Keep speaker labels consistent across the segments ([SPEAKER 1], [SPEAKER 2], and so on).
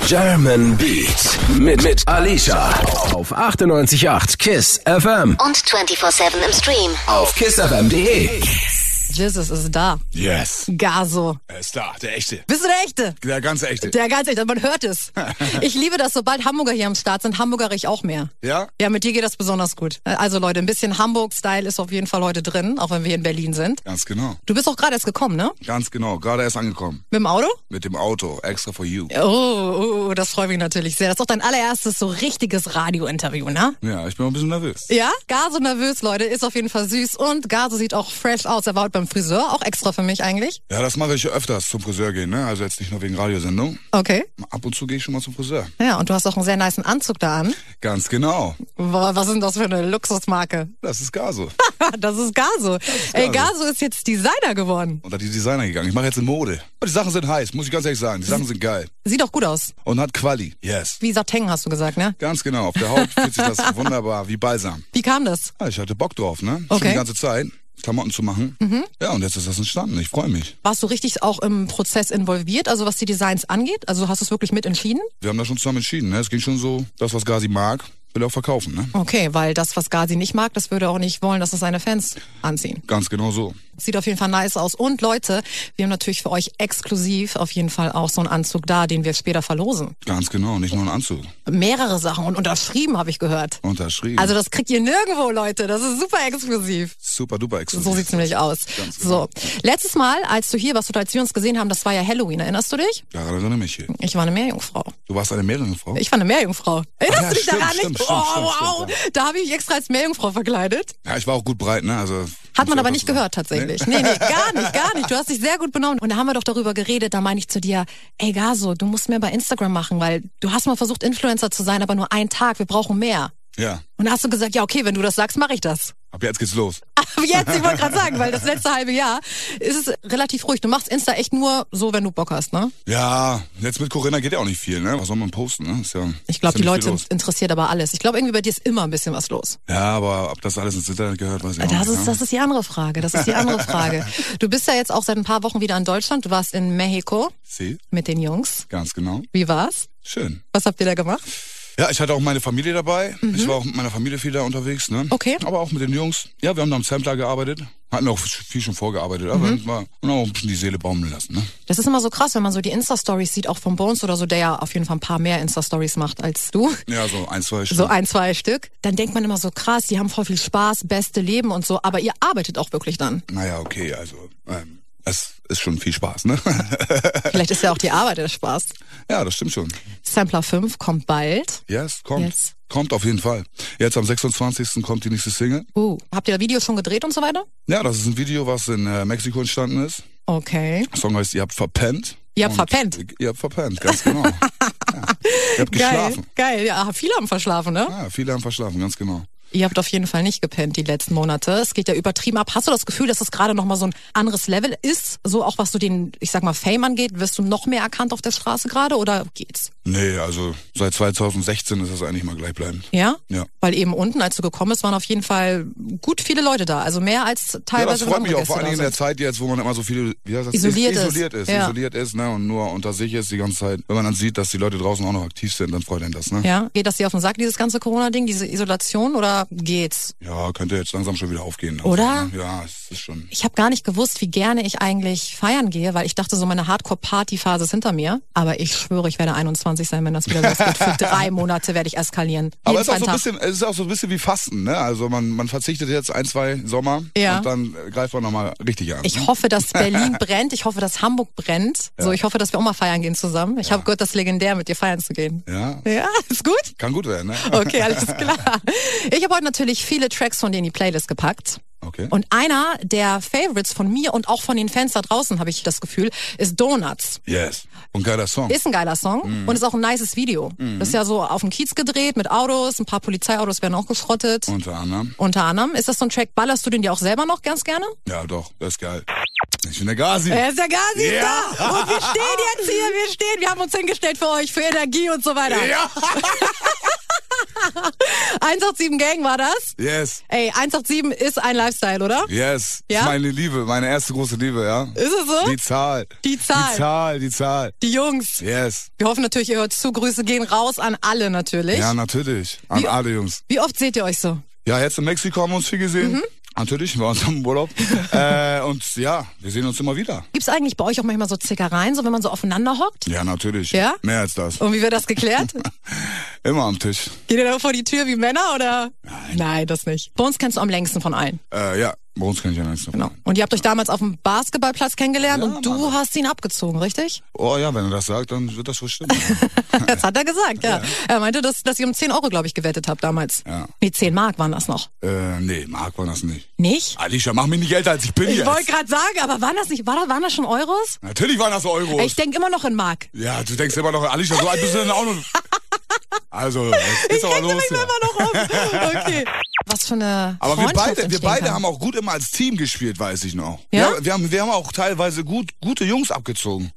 [SPEAKER 1] German Beat mit, mit Alicia auf 98.8 KISS FM
[SPEAKER 2] und 24-7 im Stream.
[SPEAKER 1] auf kissfm.de.
[SPEAKER 3] Jesus ist da.
[SPEAKER 4] Yes.
[SPEAKER 3] Gaso.
[SPEAKER 4] Er ist da, der echte.
[SPEAKER 3] Bist du der Echte?
[SPEAKER 4] Der ganz echte.
[SPEAKER 3] Der ganz Echte, man hört es. Ich liebe das, sobald Hamburger hier am Start sind, Hamburger ich auch mehr.
[SPEAKER 4] ja?
[SPEAKER 3] Ja, mit dir geht das besonders gut. Also Leute, ein bisschen Hamburg-Style ist auf jeden Fall heute drin, auch wenn wir in Berlin sind.
[SPEAKER 4] Ganz genau.
[SPEAKER 3] Du bist auch gerade erst gekommen, ne?
[SPEAKER 4] Ganz genau. Gerade erst angekommen.
[SPEAKER 3] Mit dem Auto?
[SPEAKER 4] Mit dem Auto. Extra for you.
[SPEAKER 3] Oh, oh, oh, das freut mich natürlich sehr. Das ist auch dein allererstes so richtiges Radio-Interview, ne?
[SPEAKER 4] Ja, ich bin ein bisschen nervös.
[SPEAKER 3] Ja, gar so nervös, Leute. Ist auf jeden Fall süß. Und gar so sieht auch fresh aus. Er war heute beim Friseur, auch extra für mich eigentlich.
[SPEAKER 4] Ja, das mache ich öfters zum Friseur gehen, ne? Also jetzt nicht nur wegen Radiosendung.
[SPEAKER 3] Okay.
[SPEAKER 4] Ab und zu gehe ich schon mal zum Friseur.
[SPEAKER 3] Ja, und du hast auch einen sehr niceen Anzug da an.
[SPEAKER 4] Ganz genau.
[SPEAKER 3] Boah, was ist denn das für eine Luxusmarke?
[SPEAKER 4] Das ist gar so.
[SPEAKER 3] das ist Gaso. Ey, Gaso ist jetzt Designer geworden.
[SPEAKER 4] Unter die Designer gegangen. Ich mache jetzt in Mode. Aber die Sachen sind heiß, muss ich ganz ehrlich sagen. Die Sachen sind geil.
[SPEAKER 3] Sieht auch gut aus.
[SPEAKER 4] Und hat Quali. Yes.
[SPEAKER 3] Wie Sateng hast du gesagt, ne?
[SPEAKER 4] Ganz genau. Auf der Haut fühlt sich das wunderbar wie Balsam.
[SPEAKER 3] Wie kam das?
[SPEAKER 4] Ja, ich hatte Bock drauf, ne? Schon
[SPEAKER 3] Okay.
[SPEAKER 4] die ganze Zeit. Klamotten zu machen. Ja, und jetzt ist das entstanden. Ich freue mich.
[SPEAKER 3] Warst du richtig auch im Prozess involviert, also was die Designs angeht? Also hast du es wirklich mit entschieden?
[SPEAKER 4] Wir haben da schon zusammen entschieden. Ne? Es ging schon so, das, was Gazi mag, will er auch verkaufen. Ne?
[SPEAKER 3] Okay, weil das, was Gazi nicht mag, das würde er auch nicht wollen, dass es seine Fans anziehen.
[SPEAKER 4] Ganz genau so.
[SPEAKER 3] Sieht auf jeden Fall nice aus. Und Leute, wir haben natürlich für euch exklusiv auf jeden Fall auch so einen Anzug da, den wir später verlosen.
[SPEAKER 4] Ganz genau, nicht nur ein Anzug.
[SPEAKER 3] Mehrere Sachen und unterschrieben, habe ich gehört.
[SPEAKER 4] Unterschrieben.
[SPEAKER 3] Also das kriegt ihr nirgendwo, Leute. Das ist super exklusiv.
[SPEAKER 4] Super duper exklusiv.
[SPEAKER 3] So sieht's nämlich aus.
[SPEAKER 4] Ganz genau.
[SPEAKER 3] So, letztes Mal, als du hier warst oder als wir uns gesehen haben, das war ja Halloween, erinnerst du dich?
[SPEAKER 4] Daran erinnere mich hier.
[SPEAKER 3] Ich war eine Meerjungfrau.
[SPEAKER 4] Du warst eine Meerjungfrau.
[SPEAKER 3] Ich war eine Meerjungfrau. Erinnerst
[SPEAKER 4] Ah,
[SPEAKER 3] du dich
[SPEAKER 4] stimmt,
[SPEAKER 3] daran
[SPEAKER 4] stimmt,
[SPEAKER 3] nicht?
[SPEAKER 4] stimmt,
[SPEAKER 3] oh,
[SPEAKER 4] stimmt,
[SPEAKER 3] wow.
[SPEAKER 4] stimmt,
[SPEAKER 3] Da habe ich mich extra als Meerjungfrau verkleidet.
[SPEAKER 4] Ja, ich war auch gut breit, ne? Also,
[SPEAKER 3] Hat man
[SPEAKER 4] muss
[SPEAKER 3] aber
[SPEAKER 4] ich
[SPEAKER 3] nicht
[SPEAKER 4] auch
[SPEAKER 3] gehört
[SPEAKER 4] so sagen.
[SPEAKER 3] tatsächlich. Nee, nee, gar nicht, gar nicht. Du hast dich sehr gut benommen. Und da haben wir doch darüber geredet. Da meine ich zu dir, ey Gaso, du musst mehr bei Instagram machen, weil du hast mal versucht, Influencer zu sein, aber nur einen Tag. Wir brauchen mehr.
[SPEAKER 4] Nee. Ja.
[SPEAKER 3] Und da hast du gesagt, ja, okay, wenn du das sagst, mache ich das.
[SPEAKER 4] Ab jetzt geht's los.
[SPEAKER 3] Ab jetzt, ich wollte gerade sagen, weil das letzte halbe Jahr ist es relativ ruhig. Du machst Insta echt nur so, wenn du Bock hast, ne?
[SPEAKER 4] Ja, jetzt mit Corinna geht ja auch nicht viel, ne? Was soll man posten, ne? Ist ja,
[SPEAKER 3] Ich glaube,
[SPEAKER 4] ist
[SPEAKER 3] die
[SPEAKER 4] ja
[SPEAKER 3] Leute
[SPEAKER 4] nicht viel los.
[SPEAKER 3] interessiert aber alles. Ich glaube, irgendwie bei dir ist immer ein bisschen was los.
[SPEAKER 4] Ja, aber ob das alles ins Internet gehört, weiß ich auch
[SPEAKER 3] Das
[SPEAKER 4] nicht.
[SPEAKER 3] ist,
[SPEAKER 4] ne?
[SPEAKER 3] das ist die andere Frage. Das ist die andere Frage. Du bist ja jetzt auch seit ein paar Wochen wieder in Deutschland. Du warst in Mexiko
[SPEAKER 4] Sie?
[SPEAKER 3] mit den Jungs.
[SPEAKER 4] Ganz genau.
[SPEAKER 3] Wie war's?
[SPEAKER 4] Schön.
[SPEAKER 3] Was habt ihr da gemacht?
[SPEAKER 4] Ja, ich hatte auch meine Familie dabei. Ich war auch mit meiner Familie viel da unterwegs, ne?
[SPEAKER 3] Mhm. Okay.
[SPEAKER 4] Aber auch mit den Jungs. Ja, wir haben da am Sampler gearbeitet. Hatten auch viel schon vorgearbeitet, aber
[SPEAKER 3] Mhm.
[SPEAKER 4] war und auch ein bisschen die Seele baumeln lassen, ne?
[SPEAKER 3] Das ist immer so krass, wenn man so die Insta-Stories sieht, auch von Bones oder so, der ja auf jeden Fall ein paar mehr Insta-Stories macht als du.
[SPEAKER 4] Ja, so ein, zwei
[SPEAKER 3] So
[SPEAKER 4] Stunden.
[SPEAKER 3] ein, zwei Stück. Dann denkt man immer so krass, die haben voll viel Spaß, beste Leben und so, aber ihr arbeitet auch wirklich dann.
[SPEAKER 4] naja, okay, also, ähm, es ist schon viel Spaß, ne?
[SPEAKER 3] Vielleicht ist ja auch die Arbeit der Spaß.
[SPEAKER 4] ja, das stimmt schon.
[SPEAKER 3] Sampler 5 kommt bald.
[SPEAKER 4] Yes, kommt.
[SPEAKER 3] Yes.
[SPEAKER 4] Kommt auf jeden Fall. Jetzt am 26. kommt die nächste Single.
[SPEAKER 3] Uh, habt ihr da Videos schon gedreht und so weiter?
[SPEAKER 4] Ja, das ist ein Video, was in äh, Mexiko entstanden ist.
[SPEAKER 3] Okay.
[SPEAKER 4] Der Song heißt Ihr habt verpennt.
[SPEAKER 3] Ihr habt
[SPEAKER 4] Und
[SPEAKER 3] verpennt?
[SPEAKER 4] Ihr habt verpennt, ganz genau. ja. Ihr habt geschlafen.
[SPEAKER 3] Geil, geil. Ja, viele haben verschlafen, ne?
[SPEAKER 4] Ja, viele haben verschlafen, ganz genau.
[SPEAKER 3] Ihr habt auf jeden Fall nicht gepennt die letzten Monate. Es geht ja übertrieben ab. Hast du das Gefühl, dass es gerade nochmal so ein anderes Level ist? So auch was so den, ich sag mal, Fame angeht, wirst du noch mehr erkannt auf der Straße gerade oder geht's?
[SPEAKER 4] Nee, also seit 2016 ist das eigentlich mal gleichbleibend.
[SPEAKER 3] Ja?
[SPEAKER 4] Ja.
[SPEAKER 3] Weil eben unten, als du gekommen bist, waren auf jeden Fall gut viele Leute da. Also mehr als
[SPEAKER 4] Ja, das
[SPEAKER 3] teilweise wenn
[SPEAKER 4] freut mich
[SPEAKER 3] andere
[SPEAKER 4] auch,
[SPEAKER 3] Gäste
[SPEAKER 4] vor allem
[SPEAKER 3] da
[SPEAKER 4] in der
[SPEAKER 3] sind.
[SPEAKER 4] Zeit jetzt, wo man immer so viel wie heißt das?
[SPEAKER 3] Isoliert ist.
[SPEAKER 4] isoliert ist,
[SPEAKER 3] Ja.
[SPEAKER 4] isoliert ist ne, und nur unter sich ist die ganze Zeit. Wenn man dann sieht, dass die Leute draußen auch noch aktiv sind, dann freut einen das. Ne?
[SPEAKER 3] Ja? Geht das dir auf den Sack, dieses ganze Corona-Ding, diese Isolation oder geht's?
[SPEAKER 4] Ja. könnte jetzt langsam schon wieder aufgehen. Also,
[SPEAKER 3] Oder?
[SPEAKER 4] ne? Ja, es ist schon.
[SPEAKER 3] ich habe gar nicht gewusst, wie gerne ich eigentlich feiern gehe, weil ich dachte, so meine Hardcore-Party-Phase ist hinter mir. Aber ich schwöre, ich werde 21 sein, wenn das wieder losgeht. Für drei Monate werde ich eskalieren.
[SPEAKER 4] Aber
[SPEAKER 3] Jeden
[SPEAKER 4] es ist, auch
[SPEAKER 3] zweiten
[SPEAKER 4] so ein
[SPEAKER 3] Tag.
[SPEAKER 4] bisschen, es ist auch so ein bisschen wie Fasten, ne? Also man, man verzichtet jetzt ein, zwei Sommer
[SPEAKER 3] Ja.
[SPEAKER 4] und dann äh, greift man nochmal richtig an. ne?
[SPEAKER 3] Ich hoffe, dass Berlin brennt. Ich hoffe, dass Hamburg brennt. So, ich hoffe, dass wir auch mal feiern gehen zusammen. Ich hab habe gehört, das ist legendär, mit dir feiern zu gehen.
[SPEAKER 4] Ja.
[SPEAKER 3] Ja, ist gut?
[SPEAKER 4] Kann gut werden, ne?
[SPEAKER 3] Okay, alles klar. Ich habe heute natürlich viele Tracks von dir in die Playlist gepackt.
[SPEAKER 4] Okay.
[SPEAKER 3] Und einer der Favorites von mir und auch von den Fans da draußen, habe ich das Gefühl, ist Donuts.
[SPEAKER 4] Yes. Und geiler Song.
[SPEAKER 3] Ist ein geiler
[SPEAKER 4] Mhm.
[SPEAKER 3] Song und ist auch ein nices Video. Das ist ja so auf dem Kiez gedreht mit Autos, ein paar Polizeiautos werden auch geschrottet.
[SPEAKER 4] Unter anderem.
[SPEAKER 3] Unter anderem ist das so ein Track, ballerst du den dir auch selber noch ganz gerne?
[SPEAKER 4] Ja, doch, das ist geil. Ich bin der Gazi.
[SPEAKER 3] Er ist ja gar nicht
[SPEAKER 4] Ja.
[SPEAKER 3] da. Und wir stehen jetzt hier, wir stehen, wir haben uns hingestellt für euch, für Energie und so weiter.
[SPEAKER 4] Ja.
[SPEAKER 3] 187 Gang war das?
[SPEAKER 4] Yes.
[SPEAKER 3] Ey, 187 ist ein Lifestyle, oder?
[SPEAKER 4] Yes.
[SPEAKER 3] Ja?
[SPEAKER 4] Ist meine Liebe, meine erste große Liebe, ja.
[SPEAKER 3] Ist es so?
[SPEAKER 4] Die Zahl.
[SPEAKER 3] Die Zahl.
[SPEAKER 4] Die Zahl, die Zahl.
[SPEAKER 3] Die Jungs.
[SPEAKER 4] Yes.
[SPEAKER 3] Wir hoffen natürlich, ihr hört zu. Grüße gehen raus an alle natürlich.
[SPEAKER 4] Ja, natürlich. An
[SPEAKER 3] Wie-
[SPEAKER 4] alle Jungs.
[SPEAKER 3] Wie oft seht ihr euch so?
[SPEAKER 4] Ja, jetzt in Mexiko haben wir uns viel gesehen.
[SPEAKER 3] Mhm.
[SPEAKER 4] Natürlich, wir waren zusammen im Urlaub. äh, und ja, wir sehen uns immer wieder.
[SPEAKER 3] Gibt's eigentlich bei euch auch manchmal so Zickereien, so wenn man so aufeinander hockt?
[SPEAKER 4] Ja, natürlich.
[SPEAKER 3] Ja? Oh.
[SPEAKER 4] Mehr als das.
[SPEAKER 3] Und wie wird das geklärt?
[SPEAKER 4] Immer am Tisch.
[SPEAKER 3] Geht ihr da vor die Tür wie Männer oder? Nein. Nein, das nicht. Bei uns kennst du am längsten von allen.
[SPEAKER 4] Äh, ja, bei uns kann ich ja nichts
[SPEAKER 3] Genau. Und ihr habt euch damals auf dem Basketballplatz kennengelernt und du hast ihn abgezogen, richtig?
[SPEAKER 4] Oh ja, wenn er das sagt, dann wird das wohl stimmen.
[SPEAKER 3] Das hat er gesagt, ja. Er meinte, dass, dass ihr um 10 Euro, glaube ich, gewettet habt damals.
[SPEAKER 4] Ja.
[SPEAKER 3] Nee, 10 Mark waren das noch.
[SPEAKER 4] äh, nee, mag man das nicht.
[SPEAKER 3] Nicht?
[SPEAKER 4] Alicia, mach mich nicht älter, als ich bin
[SPEAKER 3] Ich
[SPEAKER 4] jetzt.
[SPEAKER 3] wollte gerade sagen, aber waren das nicht, war da, waren das schon Euros?
[SPEAKER 4] Natürlich waren das Euros.
[SPEAKER 3] Ich denk immer noch in Mark.
[SPEAKER 4] Ja, du denkst immer noch, Alicia, so alt bist du denn auch noch. Also, jetzt
[SPEAKER 3] Ich
[SPEAKER 4] geht's aber
[SPEAKER 3] krieg's
[SPEAKER 4] los.
[SPEAKER 3] nämlich
[SPEAKER 4] hier.
[SPEAKER 3] immer noch um. Okay. Was für eine
[SPEAKER 4] Aber wir
[SPEAKER 3] Freundschaft
[SPEAKER 4] beide, wir
[SPEAKER 3] entstehen
[SPEAKER 4] beide
[SPEAKER 3] kann.
[SPEAKER 4] haben auch gut immer als Team gespielt, weiß ich noch.
[SPEAKER 3] Ja?
[SPEAKER 4] Wir, wir, haben, wir haben auch teilweise gut, gute Jungs abgezogen.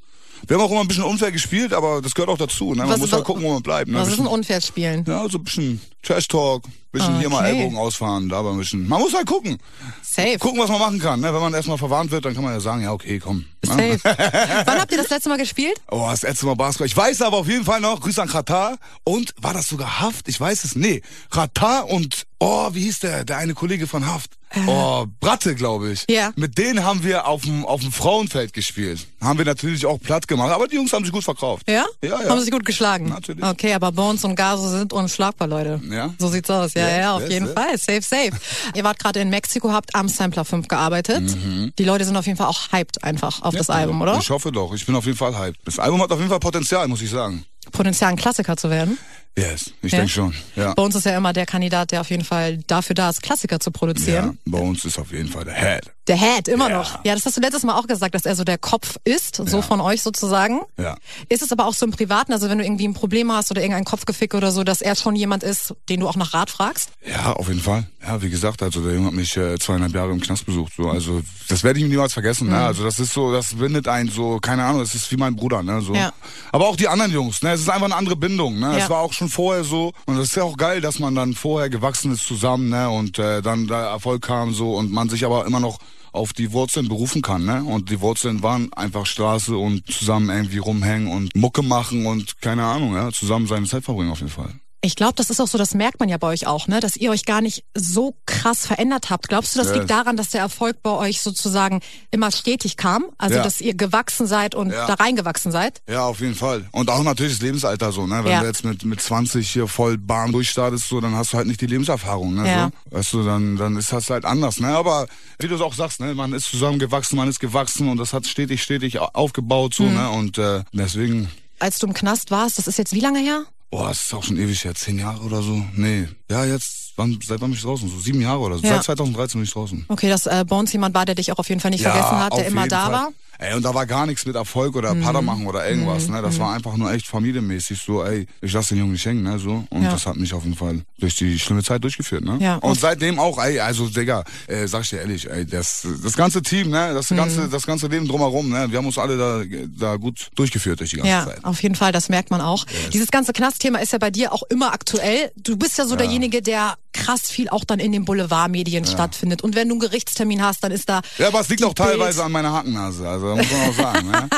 [SPEAKER 4] Wir haben auch immer ein bisschen unfair gespielt, aber das gehört auch dazu. Ne? Man
[SPEAKER 3] Was-
[SPEAKER 4] muss halt
[SPEAKER 3] was-
[SPEAKER 4] gucken, wo man bleibt. Ne?
[SPEAKER 3] Was ist ein
[SPEAKER 4] bisschen,
[SPEAKER 3] unfaires Spielen?
[SPEAKER 4] ja, so ein bisschen Trash-Talk, bisschen hier mal
[SPEAKER 3] Okay.
[SPEAKER 4] Ellbogen ausfahren, da aber ein bisschen. Man muss halt gucken.
[SPEAKER 3] Safe.
[SPEAKER 4] Gucken, was man machen kann. Ne? Wenn man erstmal verwarnt wird, dann kann man ja sagen, ja, okay, komm. Ne?
[SPEAKER 3] Safe. Wann habt ihr das letzte Mal gespielt?
[SPEAKER 4] Oh, das letzte Mal Basketball. Ich weiß aber auf jeden Fall noch, Grüße an Katar. Und war das sogar Haft? Ich weiß es. Nee. Katar und, oh, wie hieß der? Der eine Kollege von Haft. Oh, Bratte, glaube ich.
[SPEAKER 3] Äh. Ja.
[SPEAKER 4] Mit denen haben wir auf dem, auf dem Frauenfeld gespielt. Haben wir natürlich auch platt gemacht, aber die Jungs haben sich gut verkauft.
[SPEAKER 3] Ja?
[SPEAKER 4] Ja, ja.
[SPEAKER 3] Haben sie sich gut geschlagen?
[SPEAKER 4] Natürlich.
[SPEAKER 3] Okay, aber Bones und Gaso sind unschlagbar, Leute.
[SPEAKER 4] Ja.
[SPEAKER 3] So sieht's aus. Ja,
[SPEAKER 4] Ja,
[SPEAKER 3] ja, auf
[SPEAKER 4] yes,
[SPEAKER 3] jeden
[SPEAKER 4] yes.
[SPEAKER 3] Fall. Safe, safe. Ihr wart gerade in Mexiko, habt am Sampler 5 gearbeitet. Die Leute sind auf jeden Fall auch hyped einfach auf das Album, oder?
[SPEAKER 4] Mhm. Ich hoffe doch. Ich bin auf jeden Fall hyped. Das Album hat auf jeden Fall Potenzial, muss ich sagen.
[SPEAKER 3] Potenzial, ein Klassiker zu werden.
[SPEAKER 4] Yes, ich
[SPEAKER 3] Ja?
[SPEAKER 4] denke schon. Ja.
[SPEAKER 3] Bei uns ist ja immer der Kandidat, der auf jeden Fall dafür da ist, Klassiker zu
[SPEAKER 4] ja.
[SPEAKER 3] produzieren.
[SPEAKER 4] Bei uns ist auf jeden Fall der Head.
[SPEAKER 3] Der Head, immer
[SPEAKER 4] Ja.
[SPEAKER 3] noch. Ja, das hast du letztes Mal auch gesagt, dass er so der Kopf ist, so
[SPEAKER 4] Ja.
[SPEAKER 3] von euch sozusagen.
[SPEAKER 4] Ja.
[SPEAKER 3] Ist es aber auch so im Privaten, also wenn du irgendwie ein Problem hast oder irgendein Kopfgefick oder so, dass er schon jemand ist, den du auch nach Rat fragst?
[SPEAKER 4] Ja, auf jeden Fall. Ja, wie gesagt, also der Junge hat mich äh, zweieinhalb Jahre im Knast besucht. So. Also das werde ich ihm niemals vergessen.
[SPEAKER 3] Mhm.
[SPEAKER 4] Ne? Also das ist so, das bindet einen so, keine Ahnung, das ist wie mein Bruder. Ne? So.
[SPEAKER 3] Ja.
[SPEAKER 4] Aber auch die anderen Jungs, ne? es ist einfach eine andere Bindung.
[SPEAKER 3] Ja.
[SPEAKER 4] Ne? Es war auch schon vorher so und das ist ja auch geil, dass man dann vorher gewachsen ist zusammen ne? und äh, dann da Erfolg kam so und man sich aber immer noch auf die Wurzeln berufen kann, ne? Und die Wurzeln waren einfach Straße und zusammen irgendwie rumhängen und Mucke machen und keine Ahnung, ja, zusammen seine Zeit verbringen auf jeden Fall.
[SPEAKER 3] Ich glaube, das ist auch so, das merkt man ja bei euch auch, ne? dass ihr euch gar nicht so krass verändert habt. Glaubst du, das
[SPEAKER 4] Ja.
[SPEAKER 3] liegt daran, dass der Erfolg bei euch sozusagen immer stetig kam? Also,
[SPEAKER 4] Ja.
[SPEAKER 3] dass ihr gewachsen seid und
[SPEAKER 4] Ja.
[SPEAKER 3] da reingewachsen seid?
[SPEAKER 4] Ja, auf jeden Fall. Und auch natürlich das Lebensalter so, ne? Wenn
[SPEAKER 3] Ja.
[SPEAKER 4] du jetzt mit, mit 20 hier voll bam durchstartest, so, dann hast du halt nicht die Lebenserfahrung, ne?
[SPEAKER 3] Ja.
[SPEAKER 4] So. Weißt du, dann, dann ist das halt anders, ne? Aber wie du es auch sagst, ne? Man ist zusammengewachsen, man ist gewachsen und das hat stetig, stetig au- aufgebaut, so,
[SPEAKER 3] Mhm.
[SPEAKER 4] ne? Und äh, deswegen,
[SPEAKER 3] Als du im Knast warst, das ist jetzt wie lange her?
[SPEAKER 4] boah, das ist auch schon ewig her, zehn Jahre oder so. Nee. Ja, jetzt, wann, seit wann bin ich draußen? So sieben Jahre oder so.
[SPEAKER 3] Ja.
[SPEAKER 4] Seit 2013 bin ich draußen.
[SPEAKER 3] Okay, dass äh, Bones jemand war, der dich auch auf jeden Fall nicht vergessen hat, der
[SPEAKER 4] auf
[SPEAKER 3] immer
[SPEAKER 4] jeden
[SPEAKER 3] da
[SPEAKER 4] Fall.
[SPEAKER 3] war. Mhm.
[SPEAKER 4] Ey, und da war gar nichts mit Erfolg oder Pader machen oder irgendwas, ne? Das war einfach nur echt familienmäßig so, ey, ich lasse den Jungen nicht hängen, ne? So. Und
[SPEAKER 3] Ja.
[SPEAKER 4] das hat mich auf jeden Fall durch die schlimme Zeit durchgeführt, ne?
[SPEAKER 3] Ja.
[SPEAKER 4] Und seitdem auch, ey, also Digga, äh, sag ich dir ehrlich, ey, das, das ganze Team, ne? Das
[SPEAKER 3] Mhm.
[SPEAKER 4] ganze, das ganze Leben drumherum, ne? Wir haben uns alle da, da gut durchgeführt durch die ganze
[SPEAKER 3] Ja,
[SPEAKER 4] Zeit.
[SPEAKER 3] auf jeden Fall, das merkt man auch. Dieses ganze Knastthema ist ja bei dir auch immer aktuell. Du bist ja so derjenige, der krass viel auch dann in den Boulevardmedien stattfindet. Und wenn du einen Gerichtstermin hast, dann ist da.
[SPEAKER 4] Ja, aber es liegt
[SPEAKER 3] die
[SPEAKER 4] auch teilweise an meiner Hackennase, also muss man auch sagen, ne?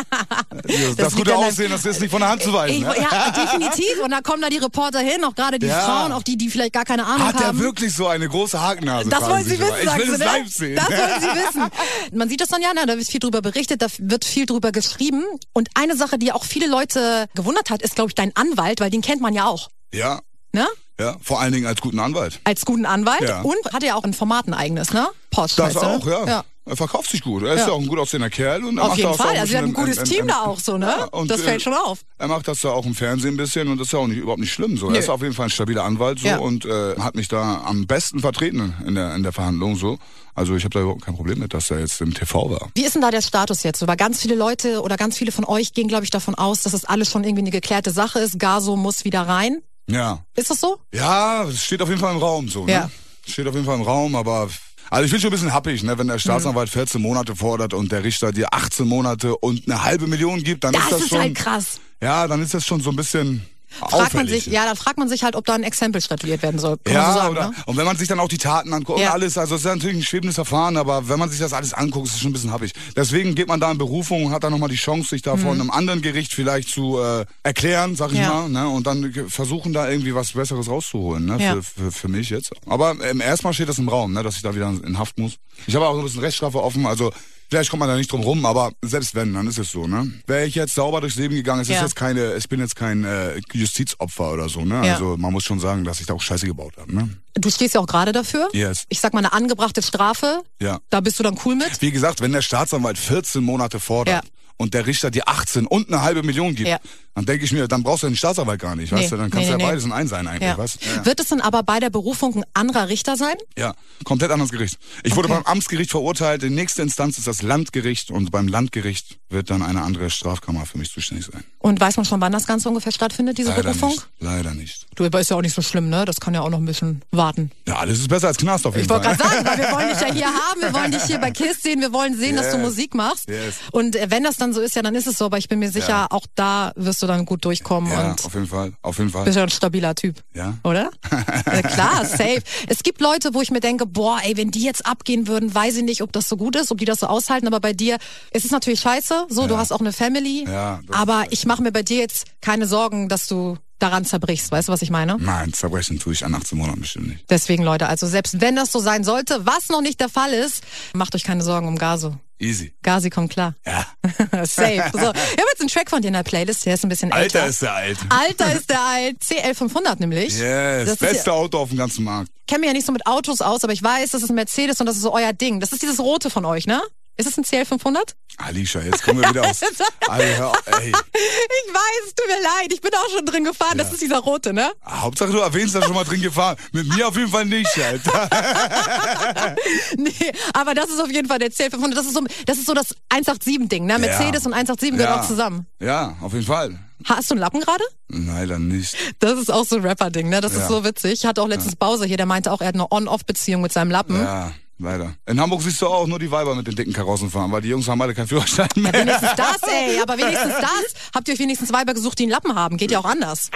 [SPEAKER 4] Das,
[SPEAKER 3] Das liegt
[SPEAKER 4] gute
[SPEAKER 3] an deinem-
[SPEAKER 4] Aussehen, das ist nicht von der Hand zu weisen,
[SPEAKER 3] Ich,
[SPEAKER 4] ne?
[SPEAKER 3] ja, definitiv. Und da kommen da die Reporter hin, auch gerade die
[SPEAKER 4] Ja.
[SPEAKER 3] Frauen, auch die, die vielleicht gar keine Ahnung
[SPEAKER 4] Hat er
[SPEAKER 3] haben.
[SPEAKER 4] wirklich so eine große Hakennase?
[SPEAKER 3] das
[SPEAKER 4] fragen
[SPEAKER 3] wollen
[SPEAKER 4] Sie
[SPEAKER 3] sie
[SPEAKER 4] sich
[SPEAKER 3] wissen,
[SPEAKER 4] aber. Ich
[SPEAKER 3] sagst
[SPEAKER 4] will
[SPEAKER 3] du,
[SPEAKER 4] es
[SPEAKER 3] ne?
[SPEAKER 4] live sehen.
[SPEAKER 3] Das wollen sie wissen. Man sieht das dann ja, ne? da wird viel drüber berichtet, da wird viel drüber geschrieben. Und eine Sache, die auch viele Leute gewundert hat, ist, glaube ich, dein Anwalt, weil den kennt man ja auch.
[SPEAKER 4] Ja,
[SPEAKER 3] Ne?
[SPEAKER 4] ja, vor allen Dingen als guten Anwalt.
[SPEAKER 3] als guten Anwalt
[SPEAKER 4] Ja.
[SPEAKER 3] und hat ja auch ein Format ein eigenes, ne? Post.
[SPEAKER 4] Das
[SPEAKER 3] heißt er, ne?
[SPEAKER 4] auch, ja. Er verkauft sich gut. Er ist ja, auch ein gut aussehender Kerl. Und er
[SPEAKER 3] Auf
[SPEAKER 4] macht
[SPEAKER 3] jeden
[SPEAKER 4] das auch
[SPEAKER 3] Fall.
[SPEAKER 4] ein
[SPEAKER 3] Also wir haben ein
[SPEAKER 4] bisschen
[SPEAKER 3] gutes
[SPEAKER 4] im- im-
[SPEAKER 3] Team
[SPEAKER 4] im-
[SPEAKER 3] da auch so, ne?
[SPEAKER 4] Ja, und,
[SPEAKER 3] das
[SPEAKER 4] äh,
[SPEAKER 3] fällt schon auf.
[SPEAKER 4] Er macht das da auch im Fernsehen ein bisschen und das ist ja auch nicht, überhaupt nicht schlimm. So.
[SPEAKER 3] Nö.
[SPEAKER 4] Er ist auf jeden Fall ein stabiler Anwalt so
[SPEAKER 3] Ja.
[SPEAKER 4] und äh, hat mich da am besten vertreten in der, in der Verhandlung so. Also ich habe da überhaupt kein Problem mit, dass er jetzt im TV war.
[SPEAKER 3] Wie ist denn da der Status jetzt? So, weil ganz viele Leute oder ganz viele von euch gehen, glaube ich, davon aus, dass es das alles schon irgendwie eine geklärte Sache ist. Gaso muss wieder rein.
[SPEAKER 4] Ja.
[SPEAKER 3] Ist das so?
[SPEAKER 4] Ja, es steht auf jeden Fall im Raum so, ne?
[SPEAKER 3] Ja.
[SPEAKER 4] Steht auf jeden Fall im Raum, aber. Also ich bin schon ein bisschen happig, ne? wenn der Staatsanwalt 14 Monate fordert und der Richter dir 18 Monate und eine halbe Million gibt, dann
[SPEAKER 3] Das
[SPEAKER 4] ist das
[SPEAKER 3] ist
[SPEAKER 4] schon
[SPEAKER 3] halt krass.
[SPEAKER 4] Ja, dann ist das schon so ein bisschen
[SPEAKER 3] fragt man
[SPEAKER 4] auffällig
[SPEAKER 3] sich,
[SPEAKER 4] ist.
[SPEAKER 3] ja, dann fragt man sich halt, ob da ein Exempel statuiert werden soll. Kann man
[SPEAKER 4] Ja,
[SPEAKER 3] so sagen,
[SPEAKER 4] oder,
[SPEAKER 3] ne?
[SPEAKER 4] und wenn man sich dann auch die Taten anguckt und
[SPEAKER 3] Ja.
[SPEAKER 4] alles, also es ist natürlich ein schwebendes Verfahren, aber wenn man sich das alles anguckt, ist es schon ein bisschen happig. Deswegen geht man da in Berufung und hat dann nochmal die Chance, sich da vor einem anderen Gericht vielleicht zu äh, erklären, sag ich
[SPEAKER 3] Mhm. Ja.
[SPEAKER 4] mal, ne? und dann ge- versuchen da irgendwie was Besseres rauszuholen, ne?
[SPEAKER 3] Ja.
[SPEAKER 4] für, für, für mich jetzt. Aber ähm, erstmal steht das im Raum, ne? dass ich da wieder in Haft muss. Ich habe auch so ein bisschen Rechtsstrafe offen, also vielleicht kommt man da nicht drum rum, aber selbst wenn, dann ist es so. Ne? Wäre ich jetzt sauber durchs Leben gegangen, es ist
[SPEAKER 3] Ja.
[SPEAKER 4] jetzt keine, ich bin jetzt kein äh, Justizopfer oder so, ne?
[SPEAKER 3] Ja.
[SPEAKER 4] also man muss schon sagen, dass ich da auch Scheiße gebaut habe. Ne?
[SPEAKER 3] Du stehst ja auch gerade dafür.
[SPEAKER 4] Yes.
[SPEAKER 3] Ich sag mal, eine angebrachte Strafe,
[SPEAKER 4] Ja.
[SPEAKER 3] da bist du dann cool mit.
[SPEAKER 4] Wie gesagt, wenn der Staatsanwalt 14 Monate fordert
[SPEAKER 3] Ja.
[SPEAKER 4] und der Richter dir 18 und eine halbe Million gibt,
[SPEAKER 3] Ja.
[SPEAKER 4] dann denke ich mir, dann brauchst du den Staatsanwalt gar nicht, weißt
[SPEAKER 3] Nee,
[SPEAKER 4] du? Dann kannst
[SPEAKER 3] nee,
[SPEAKER 4] du
[SPEAKER 3] nee,
[SPEAKER 4] ja
[SPEAKER 3] nee.
[SPEAKER 4] beides in einen sein eigentlich,
[SPEAKER 3] Ja.
[SPEAKER 4] weißt du?
[SPEAKER 3] Wird es denn aber bei der Berufung ein anderer Richter sein?
[SPEAKER 4] Ja, komplett anderes Gericht. Ich wurde
[SPEAKER 3] Okay.
[SPEAKER 4] beim Amtsgericht verurteilt, die nächste Instanz ist das Landgericht und beim Landgericht wird dann eine andere Strafkammer für mich zuständig sein.
[SPEAKER 3] Und weiß man schon, wann das Ganze ungefähr stattfindet, diese
[SPEAKER 4] Leider
[SPEAKER 3] Berufung?
[SPEAKER 4] nicht. Leider nicht.
[SPEAKER 3] Du, aber ist ja auch nicht so schlimm, ne? Das kann ja auch noch ein bisschen warten.
[SPEAKER 4] Ja, alles ist besser als Knast auf jeden
[SPEAKER 3] Ich wollte
[SPEAKER 4] Fall.
[SPEAKER 3] gerade sagen, weil wir wollen dich ja hier haben, wir wollen dich hier bei KISS sehen, wir wollen sehen, dass du
[SPEAKER 4] Yes.
[SPEAKER 3] Musik machst.
[SPEAKER 4] Yes.
[SPEAKER 3] Und äh, wenn das dann so ist, ja, dann ist es so, aber ich bin mir sicher,
[SPEAKER 4] Ja.
[SPEAKER 3] auch da wirst du dann gut durchkommen
[SPEAKER 4] ja,
[SPEAKER 3] und
[SPEAKER 4] auf jeden Fall, auf jeden Fall.
[SPEAKER 3] bist ja ein stabiler Typ.
[SPEAKER 4] Ja.
[SPEAKER 3] Oder? ja, klar, safe. Es gibt Leute, wo ich mir denke, boah, ey, wenn die jetzt abgehen würden, weiß ich nicht, ob das so gut ist, ob die das so aushalten, aber bei dir es ist es natürlich scheiße, so, du hast auch eine Family,
[SPEAKER 4] Ja, das-
[SPEAKER 3] aber ich mache mir bei dir jetzt keine Sorgen, dass du daran zerbrichst, weißt du, was ich meine?
[SPEAKER 4] Nein, Zerbrechen tue ich an 18 Monaten bestimmt nicht.
[SPEAKER 3] Deswegen, Leute, also selbst wenn das so sein sollte, was noch nicht der Fall ist, macht euch keine Sorgen um Gaso.
[SPEAKER 4] Easy.
[SPEAKER 3] Gazi kommt klar.
[SPEAKER 4] Ja.
[SPEAKER 3] Safe. So, ich habe jetzt einen Track von dir in der Playlist, der ist ein bisschen älter.
[SPEAKER 4] Alter ist der alt.
[SPEAKER 3] Alter ist der alt. CL500 nämlich.
[SPEAKER 4] Yes,
[SPEAKER 3] Das ist
[SPEAKER 4] beste
[SPEAKER 3] ja,
[SPEAKER 4] Auto auf dem ganzen Markt.
[SPEAKER 3] ich kenne mich ja nicht so mit Autos aus, aber ich weiß, das ist ein Mercedes und das ist so euer Ding. Das ist dieses rote von euch, ne? Ist es ein CL500?
[SPEAKER 4] Alicia, jetzt kommen wir wieder aus. Alle, hör, auf, ey.
[SPEAKER 3] Ich weiß, tut mir leid. Ich bin auch schon drin gefahren. Das ist dieser rote, ne?
[SPEAKER 4] Hauptsache, du erwähnst da schon mal drin gefahren. Mit mir auf jeden Fall nicht, Alter.
[SPEAKER 3] Nee, aber das ist auf jeden Fall der CL500. Das ist so, das ist so das 187-Ding, ne? Mercedes und 187 gehören auch zusammen.
[SPEAKER 4] Ja, auf jeden Fall.
[SPEAKER 3] Hast du einen Lappen gerade?
[SPEAKER 4] Leider nicht.
[SPEAKER 3] Das ist auch so ein Rapper-Ding, ne? Das
[SPEAKER 4] Ja.
[SPEAKER 3] ist so witzig. Ich hatte auch letztens Bowser hier, der meinte auch, er hat eine On-Off-Beziehung mit seinem Lappen.
[SPEAKER 4] Ja, leider. In Hamburg siehst du auch nur die Weiber mit den dicken Karossen fahren, weil die Jungs haben alle keinen Führerschein mehr.
[SPEAKER 3] Wenigstens das, ey, aber wenigstens das. Habt ihr euch wenigstens Weiber gesucht, die einen Lappen haben? Geht ja auch anders.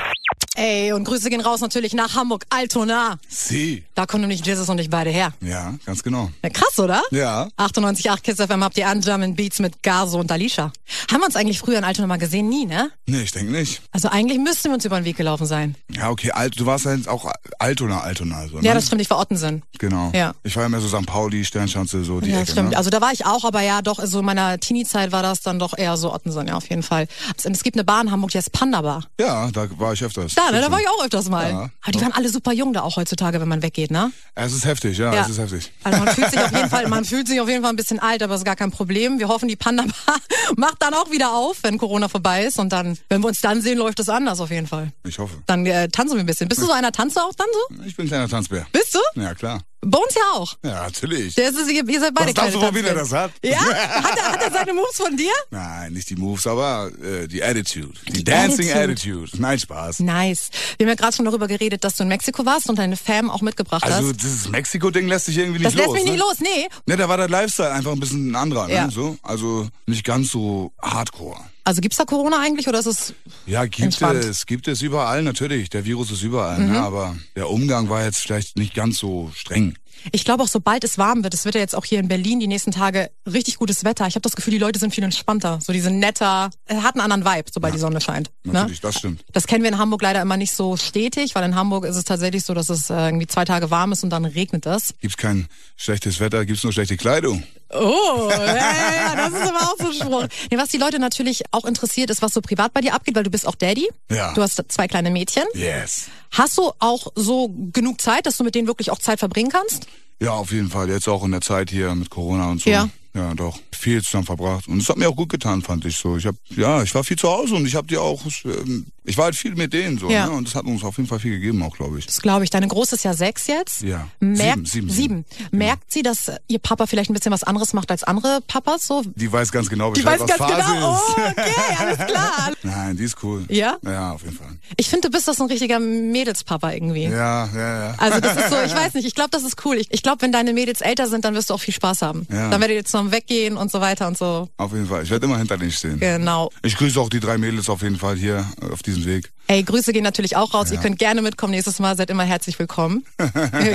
[SPEAKER 3] Ey, und Grüße gehen raus natürlich nach Hamburg, Altona.
[SPEAKER 4] Sie.
[SPEAKER 3] Da kommen nämlich Jesus und ich beide her.
[SPEAKER 4] Ja, ganz genau.
[SPEAKER 3] Na, krass, oder?
[SPEAKER 4] Ja.
[SPEAKER 3] 98.8 Kiss FM habt ihr an German Beats mit Gaso und Alicia. Haben wir uns eigentlich früher in Altona mal gesehen? Nie, ne?
[SPEAKER 4] Nee, ich denke nicht.
[SPEAKER 3] Also eigentlich müssten wir uns über den Weg gelaufen sein.
[SPEAKER 4] Ja, okay, Alt, du warst ja jetzt auch Altona, Altona. So, ne?
[SPEAKER 3] Ja, das stimmt, ich war Ottensen.
[SPEAKER 4] Genau.
[SPEAKER 3] Ja.
[SPEAKER 4] Ich war ja mehr so St. Pauli, Sternschanze, so die
[SPEAKER 3] Ja,
[SPEAKER 4] Ecke,
[SPEAKER 3] stimmt.
[SPEAKER 4] Ne?
[SPEAKER 3] Also da war ich auch, aber ja, doch, so in meiner Teenie-Zeit war das dann doch eher so Ottensen, ja, auf jeden Fall. Und es gibt eine Bahn in Hamburg, die heißt Panda Bar.
[SPEAKER 4] Ja, da war ich öfters.
[SPEAKER 3] Da, ne,
[SPEAKER 4] Stimmt
[SPEAKER 3] da war
[SPEAKER 4] schon.
[SPEAKER 3] ich auch öfters mal.
[SPEAKER 4] Ja.
[SPEAKER 3] Aber die waren alle super jung da auch heutzutage, wenn man weggeht, ne?
[SPEAKER 4] Es ist heftig, ja, es ist heftig.
[SPEAKER 3] Also man fühlt sich auf jeden Fall, man fühlt sich auf jeden Fall ein bisschen alt, aber ist gar kein Problem. Wir hoffen, die Panda Bar macht dann auch wieder auf, wenn Corona vorbei ist und dann, wenn wir uns dann sehen, läuft es anders auf jeden Fall.
[SPEAKER 4] Ich hoffe.
[SPEAKER 3] Dann äh, tanzen wir ein bisschen. Bist du so einer Tanzer auch dann so?
[SPEAKER 4] Ich bin ein kleiner Tanzbär.
[SPEAKER 3] Bist du?
[SPEAKER 4] Ja, klar.
[SPEAKER 3] Bones ja auch.
[SPEAKER 4] Ja, natürlich.
[SPEAKER 3] Der ist, ihr ihr seid beide
[SPEAKER 4] Was glaubst du,
[SPEAKER 3] kleine
[SPEAKER 4] wo wieder das
[SPEAKER 3] Tanzfans.
[SPEAKER 4] hat?
[SPEAKER 3] Ja? Hat er, hat er seine Moves von dir?
[SPEAKER 4] Nein, nicht die Moves, aber äh, die Attitude. Die,
[SPEAKER 3] Die
[SPEAKER 4] Dancing Attitude.
[SPEAKER 3] Attitude.
[SPEAKER 4] Nein, Spaß.
[SPEAKER 3] Nice. Wir haben ja gerade schon darüber geredet, dass du in Mexiko warst und deine Fam auch mitgebracht
[SPEAKER 4] Also
[SPEAKER 3] hast.
[SPEAKER 4] dieses Mexiko-Ding lässt sich irgendwie nicht
[SPEAKER 3] Das lässt
[SPEAKER 4] los.
[SPEAKER 3] mich
[SPEAKER 4] ne?
[SPEAKER 3] nicht los, nee.
[SPEAKER 4] Ne, da war der Lifestyle einfach ein bisschen ein anderer. Ne?
[SPEAKER 3] Ja.
[SPEAKER 4] So, also nicht ganz so hardcore.
[SPEAKER 3] Also gibt's da Corona eigentlich oder ist es
[SPEAKER 4] Ja, gibt
[SPEAKER 3] Entspannt. Mhm.
[SPEAKER 4] es. Gibt es überall, natürlich. Der Virus ist überall. Ne? Aber der Umgang war jetzt vielleicht nicht ganz so streng.
[SPEAKER 3] Ich glaube auch, sobald es warm wird, es wird ja jetzt auch hier in Berlin die nächsten Tage richtig gutes Wetter. Ich habe das Gefühl, die Leute sind viel entspannter. So diese netter, äh, hat einen anderen Vibe, sobald die Sonne scheint. Ne?
[SPEAKER 4] Natürlich, das stimmt.
[SPEAKER 3] Das kennen wir in Hamburg leider immer nicht so stetig, weil in Hamburg ist es tatsächlich so, dass es äh, irgendwie zwei Tage warm ist und dann regnet es.
[SPEAKER 4] Gibt's kein schlechtes Wetter, gibt's nur schlechte Kleidung.
[SPEAKER 3] Oh, ja, ja, ja, das ist aber auch so ein Spruch. Nee, was die Leute natürlich auch interessiert, ist, was so privat bei dir abgeht, weil du bist auch Daddy.
[SPEAKER 4] Ja.
[SPEAKER 3] Du hast zwei kleine Mädchen.
[SPEAKER 4] Yes.
[SPEAKER 3] Hast du auch so genug Zeit, dass du mit denen wirklich auch Zeit verbringen kannst?
[SPEAKER 4] Ja, auf jeden Fall. Jetzt auch in der Zeit hier mit Corona und so.
[SPEAKER 3] Ja.
[SPEAKER 4] Ja, doch. Viel zusammen verbracht. Und es hat mir auch gut getan, fand ich so. Ich hab, ja, ich war viel zu Hause und ich hab die auch, ähm, ich war halt viel mit denen so.
[SPEAKER 3] Ja.
[SPEAKER 4] Ne? Und es hat uns auf jeden Fall viel gegeben auch, glaube ich.
[SPEAKER 3] Das glaube ich. Deine Große ist ja sechs jetzt.
[SPEAKER 4] Ja.
[SPEAKER 3] Merkt,
[SPEAKER 4] Sieben, sieben,
[SPEAKER 3] sieben,
[SPEAKER 4] sieben. Genau.
[SPEAKER 3] Merkt sie, dass ihr Papa vielleicht ein bisschen was anderes macht als andere Papas? So?
[SPEAKER 4] Die weiß ganz genau,
[SPEAKER 3] Die
[SPEAKER 4] Bescheid,
[SPEAKER 3] weiß
[SPEAKER 4] was
[SPEAKER 3] ganz
[SPEAKER 4] Phase
[SPEAKER 3] genau.
[SPEAKER 4] ist.
[SPEAKER 3] Oh, okay, alles klar.
[SPEAKER 4] Nein, die ist cool.
[SPEAKER 3] Ja?
[SPEAKER 4] Ja, auf jeden Fall.
[SPEAKER 3] Ich finde, du bist doch so ein richtiger Mädelspapa irgendwie.
[SPEAKER 4] Ja, ja, ja.
[SPEAKER 3] Also das ist so, ich weiß nicht, ich glaube, das ist cool. Ich, ich glaube, wenn deine Mädels älter sind, dann wirst du auch viel Spaß haben.
[SPEAKER 4] Ja.
[SPEAKER 3] Dann werdet ihr zusammen weggehen und so weiter und so.
[SPEAKER 4] Auf jeden Fall. Ich werde immer hinter denen stehen.
[SPEAKER 3] Genau.
[SPEAKER 4] Ich grüße auch die drei Mädels auf jeden Fall hier äh, auf diesem Weg.
[SPEAKER 3] Ey, Grüße gehen natürlich auch raus. Ihr könnt gerne mitkommen nächstes Mal. Seid immer herzlich willkommen.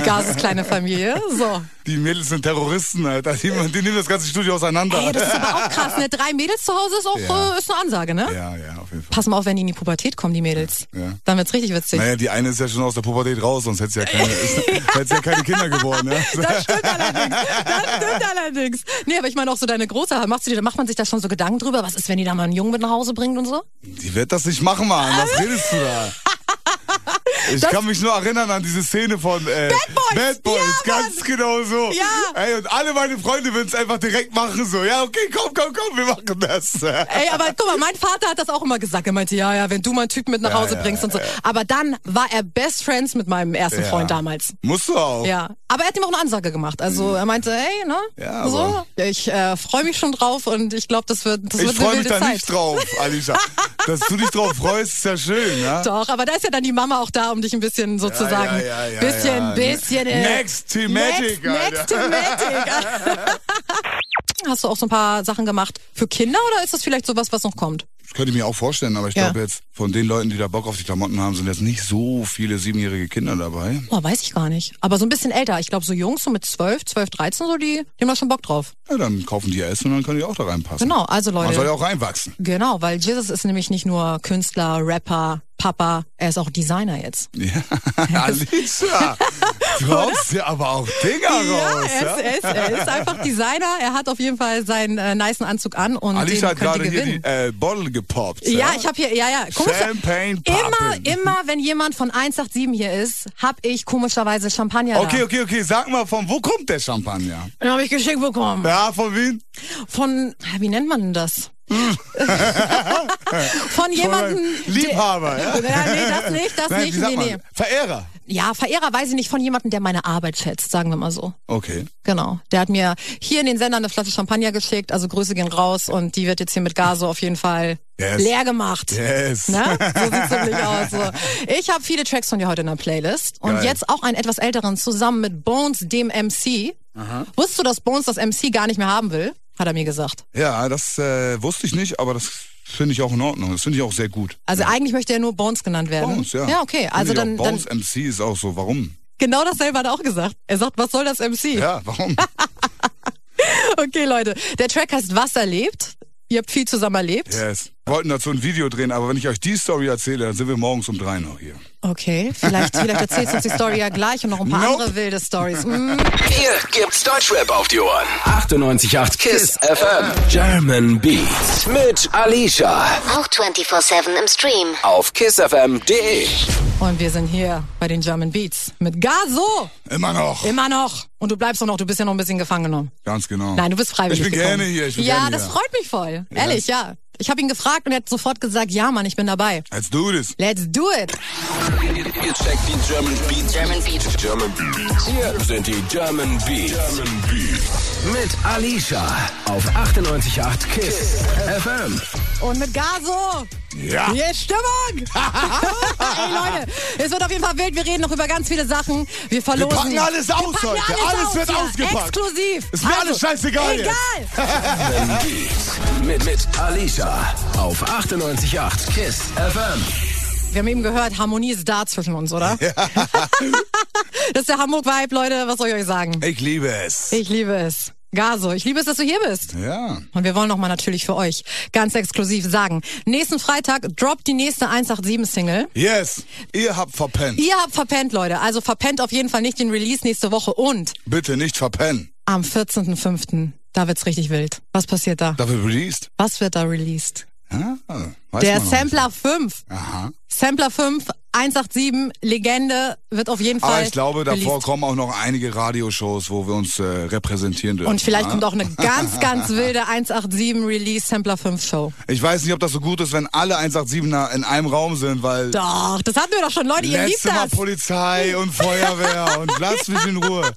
[SPEAKER 3] Gases kleine Familie. So.
[SPEAKER 4] Die Mädels sind Terroristen, Alter. Die, die nehmen das ganze Studio auseinander.
[SPEAKER 3] Ey, das ist aber auch krass. Ne? Drei Mädels zu Hause ist auch
[SPEAKER 4] Ja.
[SPEAKER 3] äh, ist eine Ansage, ne?
[SPEAKER 4] ja, ja, auf jeden Fall.
[SPEAKER 3] Pass mal auf, wenn die in die Pubertät kommen, die Mädels.
[SPEAKER 4] Ja.
[SPEAKER 3] Dann wird's richtig witzig.
[SPEAKER 4] Naja, die eine ist ja schon aus der Pubertät raus, sonst hätte sie ja keine, hätte sie ja keine Kinder geboren. Ja?
[SPEAKER 3] Das stimmt allerdings. Das stimmt allerdings. Nee, aber ich meine auch so deine große, machst du dir, macht man sich da schon so Gedanken drüber? Was ist, wenn die da mal einen Jungen mit nach Hause bringt und so?
[SPEAKER 4] Die wird das nicht machen, Mann. Was redest du da? Ich kann mich nur erinnern an diese Szene von äh, Bad
[SPEAKER 3] Boys.
[SPEAKER 4] Bad Boys
[SPEAKER 3] Ja, Mann.
[SPEAKER 4] ganz genau so.
[SPEAKER 3] Ja.
[SPEAKER 4] Ey, und alle meine Freunde würden es einfach direkt machen, so. Ja, okay, komm, komm, komm, wir machen das.
[SPEAKER 3] Ey, aber guck mal, mein Vater hat das auch immer gesagt. Er meinte, ja, ja, wenn du mal einen Typen mit nach Hause
[SPEAKER 4] ja,
[SPEAKER 3] bringst und so. Aber dann war er Best Friends mit meinem ersten
[SPEAKER 4] Ja.
[SPEAKER 3] Freund damals.
[SPEAKER 4] Musst du auch.
[SPEAKER 3] Ja, aber er hat ihm auch eine Ansage gemacht. Also er meinte, hey, ne?
[SPEAKER 4] Mhm. Ja, aber-
[SPEAKER 3] so, ich äh, freue mich schon drauf und ich glaube, das wird, das
[SPEAKER 4] Ich
[SPEAKER 3] wird eine
[SPEAKER 4] freue mich
[SPEAKER 3] wilde
[SPEAKER 4] da
[SPEAKER 3] Zeit.
[SPEAKER 4] nicht drauf, Alicia. Dass du dich drauf freust, ist ja schön, ne?
[SPEAKER 3] Doch, aber da ist ja dann die Mama auch da, um dich ein bisschen sozusagen,
[SPEAKER 4] ja, ja, ja,
[SPEAKER 3] bisschen,
[SPEAKER 4] ja.
[SPEAKER 3] bisschen. äh,
[SPEAKER 4] Next thematic,
[SPEAKER 3] next,
[SPEAKER 4] Alter.
[SPEAKER 3] next thematic. Hast du auch so ein paar Sachen gemacht für Kinder oder ist das vielleicht sowas, was noch kommt?
[SPEAKER 4] Das könnte ich mir auch vorstellen, aber ich
[SPEAKER 3] Ja.
[SPEAKER 4] glaube jetzt, von den Leuten, die da Bock auf die Klamotten haben, sind jetzt nicht so viele siebenjährige Kinder dabei.
[SPEAKER 3] Oh, weiß ich gar nicht. Aber so ein bisschen älter. Ich glaube, so Jungs, so mit 12, 12, 13, so die, die haben da schon Bock drauf.
[SPEAKER 4] Ja, dann kaufen die Essen und dann können die auch da reinpassen.
[SPEAKER 3] Genau, also
[SPEAKER 4] Man soll ja
[SPEAKER 3] Leute.
[SPEAKER 4] auch reinwachsen.
[SPEAKER 3] Genau, weil Jesus ist nämlich nicht nur Künstler, Rapper, Papa, er ist auch Designer jetzt.
[SPEAKER 4] Ja, Alicia, du haust dir aber auch Dinger
[SPEAKER 3] Ja,
[SPEAKER 4] raus.
[SPEAKER 3] er ist, er, ist, er ist einfach Designer. Er hat auf jeden Fall seinen äh, nicen Anzug an und den
[SPEAKER 4] Alicia hat
[SPEAKER 3] könnt ihr
[SPEAKER 4] gerade hier
[SPEAKER 3] gewinnen.
[SPEAKER 4] die äh, Bottle gepoppt.
[SPEAKER 3] Ja, ich habe hier, ja, ja.
[SPEAKER 4] Champagne
[SPEAKER 3] immer,
[SPEAKER 4] poppin'.
[SPEAKER 3] immer, wenn jemand von 187 hier ist, hab ich komischerweise Champagner
[SPEAKER 4] Okay,
[SPEAKER 3] da.
[SPEAKER 4] okay, okay, sag mal, von wo kommt der Champagner?
[SPEAKER 3] Den habe ich geschenkt bekommen.
[SPEAKER 4] Ja, von wem?
[SPEAKER 3] Von, wie nennt man denn das? von jemandem...
[SPEAKER 4] Hm. von Liebhaber, ja?
[SPEAKER 3] Ja, nee, das nicht, das
[SPEAKER 4] Nein,
[SPEAKER 3] nicht,
[SPEAKER 4] wie sagt
[SPEAKER 3] nee,
[SPEAKER 4] man?
[SPEAKER 3] nee.
[SPEAKER 4] Verehrer.
[SPEAKER 3] Ja, Verehrer weiß ich nicht, von jemandem, der meine Arbeit schätzt, sagen wir mal so.
[SPEAKER 4] Okay.
[SPEAKER 3] Genau. Der hat mir hier in den Sender eine Flasche Champagner geschickt, also Grüße gehen raus und die wird jetzt hier mit Gaso auf jeden Fall
[SPEAKER 4] Yes.
[SPEAKER 3] leer gemacht.
[SPEAKER 4] Yes.
[SPEAKER 3] Ne? So sieht's nämlich aus. So. Ich habe viele Tracks von dir heute in der Playlist und
[SPEAKER 4] Geil.
[SPEAKER 3] jetzt auch einen etwas älteren zusammen mit Bones, dem MC. Wusstest du, dass Bones das MC gar nicht mehr haben will? Hat er mir gesagt.
[SPEAKER 4] Ja, das äh, wusste ich nicht, aber das finde ich auch in Ordnung. Das finde ich auch sehr gut.
[SPEAKER 3] Also eigentlich möchte er nur Bones genannt werden.
[SPEAKER 4] Bones, ja.
[SPEAKER 3] Ja, okay.
[SPEAKER 4] Finde
[SPEAKER 3] Also
[SPEAKER 4] ich auch.
[SPEAKER 3] dann, dann
[SPEAKER 4] Bones MC ist auch so, warum?
[SPEAKER 3] genau dasselbe hat er auch gesagt. Er sagt, was soll das MC?
[SPEAKER 4] Ja, warum?
[SPEAKER 3] Okay, Leute. Der Track heißt Was erlebt. Ihr habt viel zusammen erlebt.
[SPEAKER 4] yes. Wir wollten dazu ein Video drehen, aber wenn ich euch die Story erzähle, dann sind wir morgens um drei noch hier.
[SPEAKER 3] Okay, vielleicht, vielleicht erzählst du uns die Story ja gleich und noch ein paar
[SPEAKER 4] Nope.
[SPEAKER 3] andere wilde Stories. Mm.
[SPEAKER 1] Hier gibt's Deutschrap auf die Ohren. 98.8 KISS FM. German Beats. Mit Alicia.
[SPEAKER 2] Auch 24-7 im Stream.
[SPEAKER 1] Auf kissfm.de.
[SPEAKER 3] Und wir sind hier bei den German Beats mit Gaso.
[SPEAKER 4] Immer noch.
[SPEAKER 3] Immer noch. Und du bleibst auch noch, du bist ja noch ein bisschen gefangen genommen.
[SPEAKER 4] Ganz genau.
[SPEAKER 3] Nein, du bist freiwillig
[SPEAKER 4] Ich bin
[SPEAKER 3] gekommen.
[SPEAKER 4] gerne hier. Ich bin
[SPEAKER 3] ja,
[SPEAKER 4] gerne
[SPEAKER 3] das
[SPEAKER 4] hier.
[SPEAKER 3] freut mich voll. Ehrlich, ja. Ich habe ihn gefragt und er hat sofort gesagt, ja Mann, ich bin dabei.
[SPEAKER 4] Let's do this.
[SPEAKER 3] Let's do it.
[SPEAKER 1] Ihr checkt die German Beats. German Beats. German Beats. Hier sind die German Beats. German Beats. Mit Alicia. Auf 98.8 KISS FM.
[SPEAKER 3] Und mit Gaso.
[SPEAKER 4] Ja.
[SPEAKER 3] Hier ist Stimmung. Ey Leute, es wird auf jeden Fall wild. Wir reden noch über ganz viele Sachen. Wir verlosen.
[SPEAKER 4] packen alles aus
[SPEAKER 3] Wir packen
[SPEAKER 4] heute.
[SPEAKER 3] Alles,
[SPEAKER 4] Alles
[SPEAKER 3] aus,
[SPEAKER 4] wird
[SPEAKER 3] ja.
[SPEAKER 4] ausgepackt.
[SPEAKER 3] Exklusiv. Also,
[SPEAKER 4] Ist mir alles scheißegal jetzt.
[SPEAKER 3] Egal.
[SPEAKER 1] German Beats. Mit, mit Alicia. Auf 98.8 KISS FM.
[SPEAKER 3] Wir haben eben gehört, Harmonie ist da zwischen uns, oder? das ist der Hamburg-Vibe, Leute. Was soll ich euch sagen?
[SPEAKER 4] Ich liebe es.
[SPEAKER 3] Ich liebe es. Gaso, ich liebe es, dass du hier bist.
[SPEAKER 4] Ja.
[SPEAKER 3] Und wir wollen nochmal natürlich für euch ganz exklusiv sagen, nächsten Freitag droppt die nächste 187-Single.
[SPEAKER 4] Yes. Ihr habt verpennt.
[SPEAKER 3] Ihr habt verpennt, Leute. Also verpennt auf jeden Fall nicht den Release nächste Woche. Und
[SPEAKER 4] Bitte nicht verpennen.
[SPEAKER 3] am 14.05., da wird's richtig wild. Was passiert da?
[SPEAKER 4] Dafür released.
[SPEAKER 3] Was wird da released?
[SPEAKER 4] Ja, weiß
[SPEAKER 3] Der
[SPEAKER 4] man noch nicht.
[SPEAKER 3] Sampler 5.
[SPEAKER 4] Aha.
[SPEAKER 3] Sampler 5, 187, Legende, wird auf jeden Fall
[SPEAKER 4] Aber ich glaube, davor
[SPEAKER 3] released.
[SPEAKER 4] kommen auch noch einige Radioshows, wo wir uns äh, repräsentieren dürfen.
[SPEAKER 3] Und vielleicht
[SPEAKER 4] ja?
[SPEAKER 3] kommt auch eine ganz, ganz wilde 187 Release Sampler 5 Show.
[SPEAKER 4] Ich weiß nicht, ob das so gut ist, wenn alle 187er in einem Raum sind, weil
[SPEAKER 3] Doch, das hatten wir doch schon, Leute, ihr liebt
[SPEAKER 4] letzte Mal
[SPEAKER 3] das.
[SPEAKER 4] Polizei und Feuerwehr und lasst mich in Ruhe.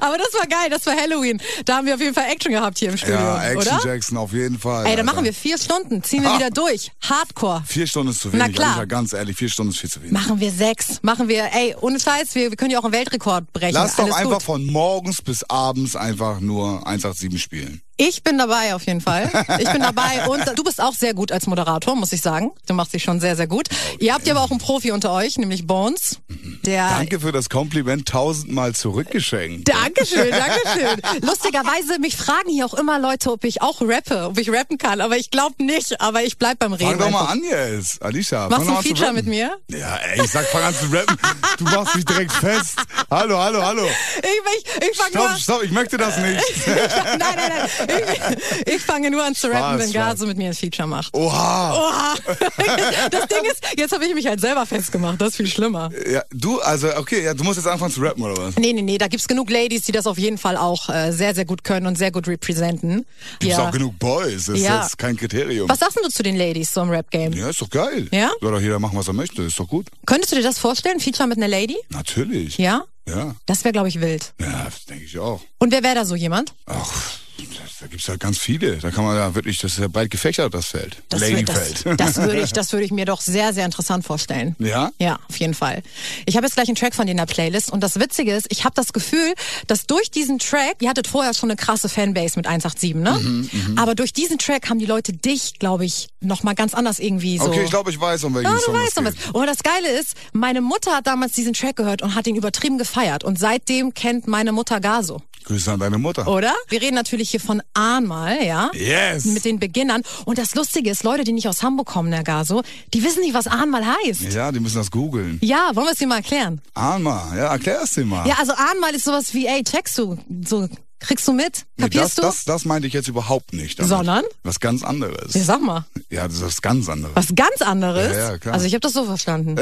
[SPEAKER 3] Aber das war geil, das war Halloween. Da haben wir auf jeden Fall Action gehabt hier im Studio,
[SPEAKER 4] Ja, Action
[SPEAKER 3] oder?
[SPEAKER 4] Jackson auf jeden Fall.
[SPEAKER 3] Ey, dann
[SPEAKER 4] Alter.
[SPEAKER 3] machen wir vier Stunden, ziehen wir
[SPEAKER 4] Ha.
[SPEAKER 3] wieder durch. Hardcore.
[SPEAKER 4] Vier Stunden ist zu
[SPEAKER 3] Na
[SPEAKER 4] wenig,
[SPEAKER 3] klar.
[SPEAKER 4] Alter, ganz ehrlich, vier Stunden ist viel zu wenig.
[SPEAKER 3] Machen wir sechs. Machen wir, ey, ohne Scheiß, wir, wir können ja auch einen Weltrekord brechen.
[SPEAKER 4] Lass doch
[SPEAKER 3] Alles
[SPEAKER 4] einfach
[SPEAKER 3] gut.
[SPEAKER 4] von morgens bis abends einfach nur 187 spielen.
[SPEAKER 3] Ich bin dabei auf jeden Fall. Ich bin dabei und du bist auch sehr gut als Moderator, muss ich sagen. Du machst dich schon sehr, sehr gut. Ihr habt ja aber auch einen Profi unter euch, nämlich Bones. Der
[SPEAKER 4] Danke für das Kompliment tausendmal zurückgeschenkt.
[SPEAKER 3] Dankeschön, Dankeschön. Lustigerweise, mich fragen hier auch immer Leute, ob ich auch rappe, ob ich rappen kann, aber ich glaube nicht, aber ich bleib beim Reden.
[SPEAKER 4] Fang doch mal
[SPEAKER 3] einfach.
[SPEAKER 4] an jetzt, Alicia.
[SPEAKER 3] Machst
[SPEAKER 4] fang doch
[SPEAKER 3] du ein
[SPEAKER 4] an zu
[SPEAKER 3] Feature
[SPEAKER 4] rappen.
[SPEAKER 3] mit mir?
[SPEAKER 4] Ja, ey, ich sag, fang an zu rappen. Du machst mich direkt fest. Hallo, hallo, hallo.
[SPEAKER 3] Ich, ich, ich fange nur
[SPEAKER 4] Stopp,
[SPEAKER 3] an.
[SPEAKER 4] stopp, ich möchte das nicht.
[SPEAKER 3] nein, nein, nein. Ich, ich fange nur an zu rappen,
[SPEAKER 4] Spaß,
[SPEAKER 3] wenn
[SPEAKER 4] Spaß.
[SPEAKER 3] Gaso mit mir ein Feature macht.
[SPEAKER 4] Oha.
[SPEAKER 3] Oha. Das Ding ist, jetzt habe ich mich halt selber festgemacht. Das ist viel schlimmer.
[SPEAKER 4] Ja, du, also, okay, ja, du musst jetzt anfangen zu rappen, oder was?
[SPEAKER 3] Nee, nee, nee, da gibt's genug Ladies, die das auf jeden Fall auch äh, sehr, sehr gut können und sehr gut representen.
[SPEAKER 4] Gibt's
[SPEAKER 3] Ja.
[SPEAKER 4] auch genug Boys, das ist
[SPEAKER 3] Ja.
[SPEAKER 4] jetzt kein Kriterium.
[SPEAKER 3] Was sagst denn du zu den Ladies so im Rap-Game?
[SPEAKER 4] Ja, ist doch geil.
[SPEAKER 3] Ja?
[SPEAKER 4] Soll doch jeder machen, was er möchte, ist doch gut.
[SPEAKER 3] Könntest du dir das vorstellen, Feature mit einer Lady?
[SPEAKER 4] Natürlich.
[SPEAKER 3] Ja?
[SPEAKER 4] Ja,
[SPEAKER 3] Das wäre, glaube ich, wild.
[SPEAKER 4] ja das denke ich auch.
[SPEAKER 3] Und wer wäre da so jemand?
[SPEAKER 4] Ach, da gibt's ja ganz viele. Da kann man ja wirklich, das ist ja breit gefächert, das Feld.
[SPEAKER 3] Das wür- das,
[SPEAKER 4] Ladyfeld.
[SPEAKER 3] das würde ich, das würde ich mir doch sehr, sehr interessant vorstellen.
[SPEAKER 4] Ja?
[SPEAKER 3] Ja, auf jeden Fall. Ich habe jetzt gleich einen Track von dir in der Playlist und das Witzige ist, ich habe das Gefühl, dass durch diesen Track, ihr hattet vorher schon eine krasse Fanbase mit 187, ne?
[SPEAKER 4] Mhm,
[SPEAKER 3] Aber durch diesen Track haben die Leute dich, glaube ich, nochmal ganz anders irgendwie so.
[SPEAKER 4] Okay, ich glaube, ich weiß, um welchen
[SPEAKER 3] Ah, du
[SPEAKER 4] Song
[SPEAKER 3] weißt
[SPEAKER 4] es
[SPEAKER 3] noch was.
[SPEAKER 4] geht.
[SPEAKER 3] Und das Geile ist, meine Mutter hat damals diesen Track gehört und hat ihn übertrieben gefeiert. Und seitdem kennt meine Mutter Gaso,
[SPEAKER 4] Grüße an deine Mutter.
[SPEAKER 3] oder? Wir reden natürlich hier von Ahnmal, ja?
[SPEAKER 4] Yes.
[SPEAKER 3] Mit den Beginnern. Und das Lustige ist, Leute, die nicht aus Hamburg kommen, Herr Gaso, die wissen nicht, was Ahnmal heißt.
[SPEAKER 4] Ja, die müssen das googeln.
[SPEAKER 3] Ja, wollen wir es dir mal erklären?
[SPEAKER 4] Alma, ja, erklär es dir mal.
[SPEAKER 3] Ja, also Ahnmal ist sowas wie, ey, checkst du, so, kriegst du mit,
[SPEAKER 4] Nee, das,
[SPEAKER 3] kapierst du?
[SPEAKER 4] das, das meinte ich jetzt überhaupt nicht. damit.
[SPEAKER 3] Sondern?
[SPEAKER 4] Was ganz anderes.
[SPEAKER 3] Ja, sag mal,
[SPEAKER 4] Ja, das ist was ganz anderes.
[SPEAKER 3] was ganz anderes.
[SPEAKER 4] Ja, ja, klar.
[SPEAKER 3] Also ich habe das so verstanden.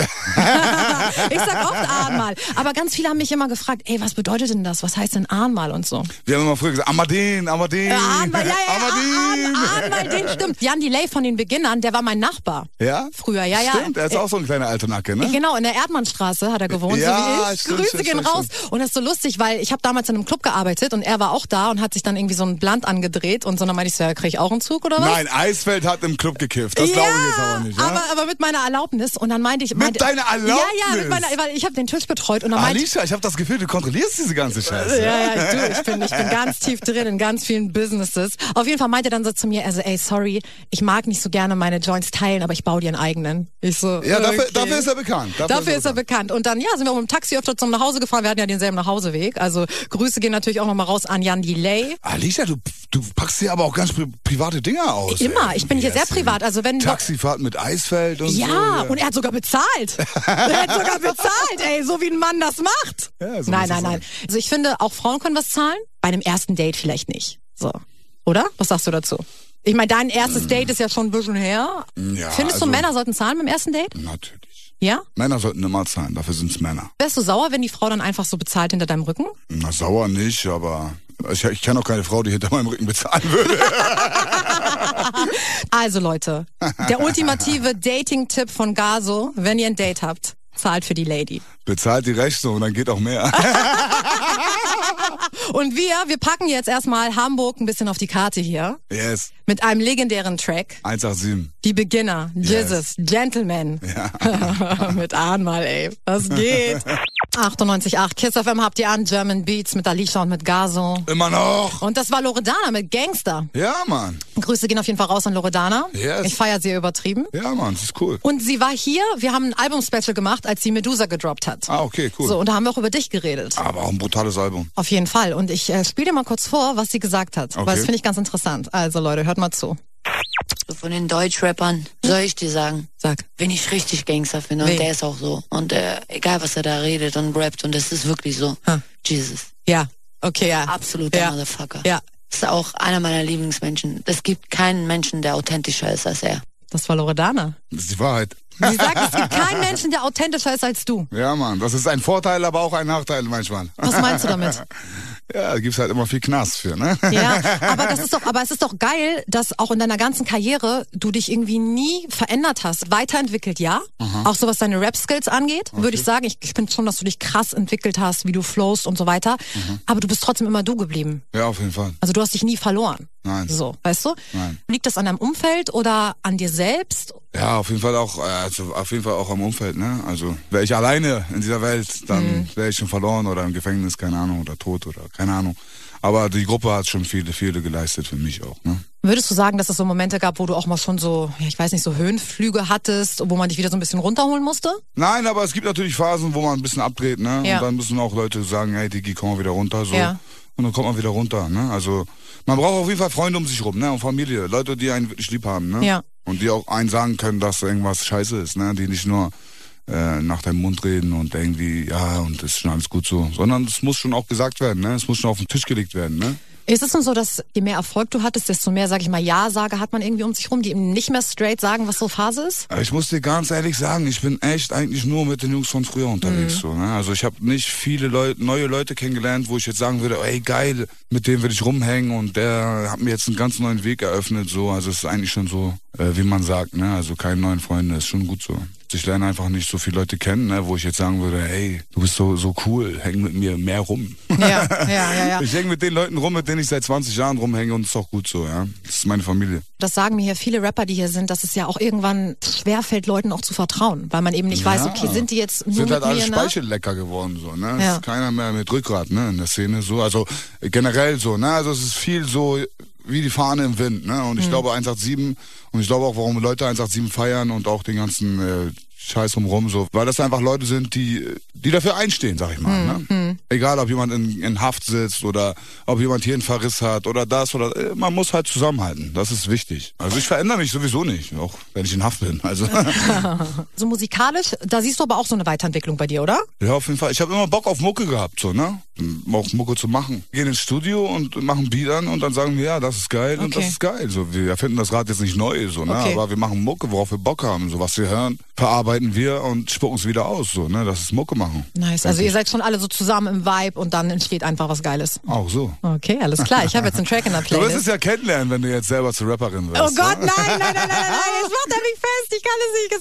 [SPEAKER 3] ich sag oft Ahnmal, aber ganz viele haben mich immer gefragt, ey, was bedeutet denn das? Was heißt denn Ahnmal und so?
[SPEAKER 4] Wir haben immer früher gesagt, Amadeen, Amadeen,
[SPEAKER 3] Ja, Ahnmal, Ah, ja, ja,
[SPEAKER 4] Amadeen.
[SPEAKER 3] ja, Ahnmal, den stimmt. Jan Delay von den Beginnern, der war mein Nachbar.
[SPEAKER 4] Ja?
[SPEAKER 3] Früher, ja, ja.
[SPEAKER 4] Stimmt, er ist auch so ein kleiner alter Nacke, ne?
[SPEAKER 3] Genau, in der Erdmannstraße hat er gewohnt,
[SPEAKER 4] Ja,
[SPEAKER 3] so wie ich.
[SPEAKER 4] stimmt,
[SPEAKER 3] Grüße
[SPEAKER 4] stimmt,
[SPEAKER 3] gehen
[SPEAKER 4] stimmt,
[SPEAKER 3] raus. Und das ist so lustig, weil ich habe damals in einem Club gearbeitet und er war auch da und hat sich dann irgendwie so ein Blunt angedreht und so dann meinte ich so, ja, krieg ich auch einen Zug oder was?
[SPEAKER 4] Nein, Eisfeld hat im Club gekifft. Das
[SPEAKER 3] ja,
[SPEAKER 4] glaube ich jetzt aber nicht. Ja?
[SPEAKER 3] Aber, aber mit meiner Erlaubnis und dann meinte ich...
[SPEAKER 4] Mit
[SPEAKER 3] meinte,
[SPEAKER 4] deiner
[SPEAKER 3] Ja, ja,
[SPEAKER 4] Erlaubnis?
[SPEAKER 3] mit meiner, weil ich habe den Tisch betreut und dann meinte
[SPEAKER 4] Alicia, ich habe das Gefühl, du kontrollierst diese ganze Scheiße.
[SPEAKER 3] Ja, ja, ich, du, ich bin, ich bin ganz tief drin in ganz vielen Businesses. Auf jeden Fall meinte er dann so zu mir, also, ey, sorry, ich mag nicht so gerne meine Joints teilen, aber ich baue dir einen eigenen. Ich so,
[SPEAKER 4] Ja, dafür,
[SPEAKER 3] okay.
[SPEAKER 4] dafür ist er bekannt.
[SPEAKER 3] Dafür ist er bekannt. Und dann, ja, sind wir auch mit dem Taxi öfter zum Nachhause gefahren. Wir hatten ja denselben Nachhauseweg. Also Grüße gehen natürlich auch nochmal raus an Jan Delay.
[SPEAKER 4] Alicia, du, du packst dir aber auch ganz pri private Dinge aus.
[SPEAKER 3] Immer.
[SPEAKER 4] ey.
[SPEAKER 3] Ich bin hier
[SPEAKER 4] Yes,
[SPEAKER 3] sehr
[SPEAKER 4] ey.
[SPEAKER 3] privat. Also wenn
[SPEAKER 4] Taxifahrt mit Eisfeld und
[SPEAKER 3] ja,
[SPEAKER 4] so. ja.
[SPEAKER 3] und er hat sogar bezahlt. er hat sogar bezahlt, ey, so wie ein Mann das macht.
[SPEAKER 4] Ja, so muss
[SPEAKER 3] nein, nein,
[SPEAKER 4] das
[SPEAKER 3] nein.
[SPEAKER 4] sein.
[SPEAKER 3] Also ich finde, auch Frauen können was zahlen. Bei einem ersten Date vielleicht nicht. So. Oder? Was sagst du dazu? Ich meine, dein erstes Date ist ja schon ein bisschen her.
[SPEAKER 4] Mm. Ja,
[SPEAKER 3] Findest
[SPEAKER 4] also-
[SPEAKER 3] du, Männer sollten zahlen beim ersten Date?
[SPEAKER 4] Natürlich.
[SPEAKER 3] Ja?
[SPEAKER 4] Männer sollten immer zahlen, dafür sind's Männer.
[SPEAKER 3] Wärst du sauer, wenn die Frau dann einfach so bezahlt hinter deinem Rücken?
[SPEAKER 4] Na, sauer nicht, aber ich, ich kenne auch keine Frau, die hinter meinem Rücken bezahlen würde.
[SPEAKER 3] Also Leute, der ultimative Dating-Tipp von Gaso, wenn ihr ein Date habt, zahlt für die Lady.
[SPEAKER 4] Bezahlt die Rechnung, dann geht auch mehr.
[SPEAKER 3] Und wir, wir packen jetzt erstmal Hamburg ein bisschen auf die Karte hier
[SPEAKER 4] yes,
[SPEAKER 3] mit einem legendären Track.
[SPEAKER 4] 187.
[SPEAKER 3] Die Beginner, Jesus, Gentleman. mit Ahnmal, ey. Was geht? 98.8 Kiss FM habt ihr an, German Beats mit Alicia und mit Gaso.
[SPEAKER 4] Immer noch.
[SPEAKER 3] Und das war Loredana mit Gangster.
[SPEAKER 4] Ja, Mann.
[SPEAKER 3] Grüße gehen auf jeden Fall raus an Loredana.
[SPEAKER 4] Yes.
[SPEAKER 3] Ich feier sie übertrieben.
[SPEAKER 4] Ja, Mann, das ist cool.
[SPEAKER 3] Und sie war hier, wir haben ein Album-Special gemacht, als sie Medusa gedroppt hat.
[SPEAKER 4] Ah, okay, cool.
[SPEAKER 3] So, und da haben wir auch über dich geredet.
[SPEAKER 4] Aber auch ein brutales Album.
[SPEAKER 3] Auf jeden Fall. Und ich äh, spiele dir mal kurz vor, was sie gesagt hat,
[SPEAKER 4] Okay.
[SPEAKER 3] weil das finde ich ganz interessant. Also Leute, hört mal zu.
[SPEAKER 5] Von den Deutschrappern, soll ich dir sagen,
[SPEAKER 3] Sag.
[SPEAKER 5] bin ich richtig Gangster finde
[SPEAKER 3] Wen?
[SPEAKER 5] und der ist auch so. Und äh, egal, was er da redet und rappt und das ist wirklich so.
[SPEAKER 3] Ha.
[SPEAKER 5] Jesus,
[SPEAKER 3] Ja, okay, ja.
[SPEAKER 5] absoluter
[SPEAKER 3] Hm. ja.
[SPEAKER 5] Motherfucker.
[SPEAKER 3] Ja,
[SPEAKER 5] Ist auch einer meiner Lieblingsmenschen. Es gibt keinen Menschen, der authentischer ist als er.
[SPEAKER 3] das war Loredana.
[SPEAKER 4] Das ist die Wahrheit.
[SPEAKER 3] Sie sagt, es gibt keinen Menschen, der authentischer ist als du.
[SPEAKER 4] Ja, Mann, das ist ein Vorteil, aber auch ein Nachteil manchmal.
[SPEAKER 3] Was meinst du damit?
[SPEAKER 4] Ja, da gibt's halt immer viel Knast für, ne?
[SPEAKER 3] Ja, aber das ist doch, aber es ist doch geil, dass auch in deiner ganzen Karriere du dich irgendwie nie verändert hast, weiterentwickelt, ja?
[SPEAKER 4] Mhm.
[SPEAKER 3] Auch so was deine Rap-Skills angeht, würde ich sagen. Ich, ich finde schon, dass du dich krass entwickelt
[SPEAKER 4] Mhm.
[SPEAKER 3] hast, wie du flowst und so weiter. Aber du bist trotzdem immer du geblieben.
[SPEAKER 4] Ja, auf jeden Fall.
[SPEAKER 3] Also du hast dich nie verloren.
[SPEAKER 4] Nein.
[SPEAKER 3] So, weißt du?
[SPEAKER 4] Nein.
[SPEAKER 3] Liegt das an deinem Umfeld oder an dir selbst?
[SPEAKER 4] Ja, auf jeden Fall auch, äh, also auf jeden Fall auch am Umfeld, ne? Also wäre ich alleine in dieser Welt, dann wäre ich schon verloren oder im Gefängnis, keine Ahnung, oder tot oder keine Ahnung. Aber die Gruppe hat schon viele, viele geleistet für mich auch, ne?
[SPEAKER 3] Würdest du sagen, dass es so Momente gab, wo du auch mal schon so, ja, ich weiß nicht, so Höhenflüge hattest, wo man dich wieder so ein bisschen runterholen musste?
[SPEAKER 4] Nein, aber es gibt natürlich Phasen, wo man ein bisschen abdreht, ne?
[SPEAKER 3] Ja.
[SPEAKER 4] Und dann müssen auch Leute sagen, hey Digi, komm mal wieder runter, so.
[SPEAKER 3] Ja.
[SPEAKER 4] Und dann kommt man wieder runter, ne? Also man braucht auf jeden Fall Freunde um sich rum, ne? Und Familie, Leute, die einen wirklich lieb haben, ne?
[SPEAKER 3] Ja.
[SPEAKER 4] Und die auch einen sagen können, dass irgendwas scheiße ist, ne? Die nicht nur äh, nach deinem Mund reden und irgendwie, ja, und ist schon alles gut so. Sondern es muss schon auch gesagt werden, ne? Es muss schon auf den Tisch gelegt werden, ne?
[SPEAKER 3] Ist es denn so, dass je mehr Erfolg du hattest, desto mehr, sag ich mal, Ja-Sage hat man irgendwie um sich rum, die eben nicht mehr straight sagen, was so Phase ist?
[SPEAKER 4] Aber Ich muss dir ganz ehrlich sagen, ich bin echt eigentlich nur mit den Jungs von früher unterwegs.
[SPEAKER 3] Mhm.
[SPEAKER 4] So, ne? Also ich habe nicht viele Leu neue Leute kennengelernt, wo ich jetzt sagen würde, ey geil, mit dem will ich rumhängen und der hat mir jetzt einen ganz neuen Weg eröffnet. So, also es ist eigentlich schon so, äh, wie man sagt, ne? also keine neuen Freunde, ist schon gut so. Ich lerne einfach nicht so viele Leute kennen, ne? wo ich jetzt sagen würde, hey, du bist so, so cool, häng mit mir mehr rum.
[SPEAKER 3] Ja, ja, ja, ja.
[SPEAKER 4] Ich hänge mit den Leuten rum, mit denen ich seit 20 Jahren rumhänge und ist auch gut so, ja. Das ist meine Familie.
[SPEAKER 3] Das sagen mir hier viele Rapper, die hier sind, dass es ja auch irgendwann schwerfällt, Leuten auch zu vertrauen, weil man eben nicht weiß,
[SPEAKER 4] Ja.
[SPEAKER 3] okay, sind die jetzt nur
[SPEAKER 4] sind
[SPEAKER 3] mit
[SPEAKER 4] halt alle
[SPEAKER 3] mir, ne?
[SPEAKER 4] Speichellecker geworden so, ne?
[SPEAKER 3] Ja.
[SPEAKER 4] Ist keiner mehr mit Rückgrat, ne, in der Szene so, also äh, generell so, ne? Also es ist viel so wie die Fahne im Wind, ne? Und ich
[SPEAKER 3] Mhm.
[SPEAKER 4] glaube 187 und ich glaube auch, warum Leute 187 feiern und auch den ganzen äh, Scheiß rumrum so, weil das einfach Leute sind, die die dafür einstehen, sag ich mal,
[SPEAKER 3] Mhm.
[SPEAKER 4] ne? Egal, ob jemand in, in Haft sitzt oder ob jemand hier einen Verriss hat oder das oder äh, man muss halt zusammenhalten, das ist wichtig. Also ich verändere mich sowieso nicht, auch wenn ich in Haft bin, also
[SPEAKER 3] So musikalisch, da siehst du aber auch so eine Weiterentwicklung bei dir, oder?
[SPEAKER 4] Ja, auf jeden Fall. Ich habe immer Bock auf Mucke gehabt, so, ne? Auch Mucke zu machen. Gehen ins Studio und machen Beat an und dann sagen wir, ja, das ist geil und
[SPEAKER 3] Okay.
[SPEAKER 4] das ist geil. So, wir erfinden das Rad jetzt nicht neu, so, ne?
[SPEAKER 3] Okay.
[SPEAKER 4] Aber wir machen Mucke, worauf wir Bock haben. So, was wir hören, verarbeiten wir und spucken es wieder aus, so, ne? Das ist Mucke machen.
[SPEAKER 3] Nice. Also ihr seid schon alle so zusammen im Vibe und dann entsteht einfach was Geiles.
[SPEAKER 4] Auch so.
[SPEAKER 3] Okay, alles klar. Ich habe jetzt einen Track in der
[SPEAKER 4] Du wirst es
[SPEAKER 3] Playlist.
[SPEAKER 4] ja kennenlernen, wenn du jetzt selber zur Rapperin wirst.
[SPEAKER 3] Oh Gott,
[SPEAKER 4] ne?
[SPEAKER 3] nein, nein, nein, nein, nein, nein, jetzt macht er mich fest. Ich kann es nicht.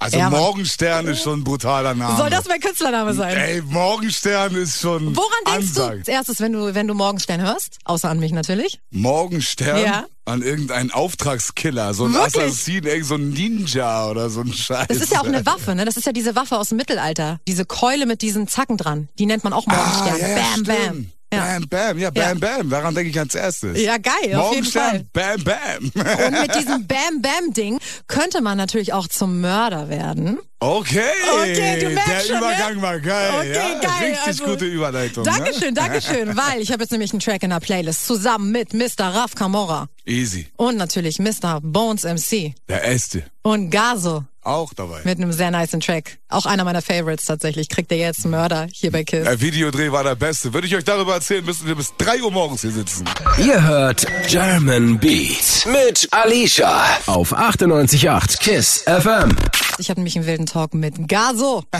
[SPEAKER 4] Also
[SPEAKER 3] Ja, Mann.
[SPEAKER 4] Morgenstern ist schon ein brutaler Name.
[SPEAKER 3] Soll das mein Künstlername sein?
[SPEAKER 4] Ey, Morgenstern ist schon.
[SPEAKER 3] Woran denkst
[SPEAKER 4] Ansage.
[SPEAKER 3] du als erstes, wenn du, wenn du Morgenstern hörst? Außer an mich natürlich.
[SPEAKER 4] Morgenstern
[SPEAKER 3] Ja.
[SPEAKER 4] an irgendeinen Auftragskiller, so ein
[SPEAKER 3] Wirklich?
[SPEAKER 4] Assassin, irgend so ein Ninja oder so ein Scheiß.
[SPEAKER 3] Das ist ja auch eine Waffe, ne? Das ist ja diese Waffe aus dem Mittelalter. Diese Keule mit diesen Zacken dran. Die nennt man auch
[SPEAKER 4] Ah,
[SPEAKER 3] Morgenstern.
[SPEAKER 4] ja, ja,
[SPEAKER 3] bam, bam.
[SPEAKER 4] stimmt.
[SPEAKER 3] Ja.
[SPEAKER 4] Bam, bam, ja, bam, bam. Daran denke ich als erstes.
[SPEAKER 3] Ja, geil, auf jeden
[SPEAKER 4] Morgenstern, Fall. bam, bam.
[SPEAKER 3] Und mit diesem Bam-Bam-Ding könnte man natürlich auch zum Mörder werden.
[SPEAKER 4] Okay,
[SPEAKER 3] Okay, du merkst
[SPEAKER 4] der
[SPEAKER 3] schon,
[SPEAKER 4] Übergang
[SPEAKER 3] ne?
[SPEAKER 4] war geil.
[SPEAKER 3] Okay,
[SPEAKER 4] ja.
[SPEAKER 3] geil.
[SPEAKER 4] Richtig
[SPEAKER 3] also,
[SPEAKER 4] gute Überleitung.
[SPEAKER 3] Dankeschön,
[SPEAKER 4] ne?
[SPEAKER 3] Dankeschön, weil ich habe jetzt nämlich einen Track in der Playlist zusammen mit Mr. Raf Camora
[SPEAKER 4] Easy,
[SPEAKER 3] und natürlich Mr. Bones MC
[SPEAKER 4] der Äste,
[SPEAKER 3] und Gaso
[SPEAKER 4] auch dabei.
[SPEAKER 3] mit einem sehr niceen Track. Auch einer meiner Favorites tatsächlich. Kriegt ihr jetzt Mörder hier bei Kiss.
[SPEAKER 4] Der Videodreh war der beste. Würde ich euch darüber erzählen, müssten wir bis 3 Uhr morgens hier sitzen.
[SPEAKER 1] Ihr hört German Beat mit Alicia auf 98.8 KISS FM.
[SPEAKER 3] Ich habe nämlich einen wilden Talk mit Gaso.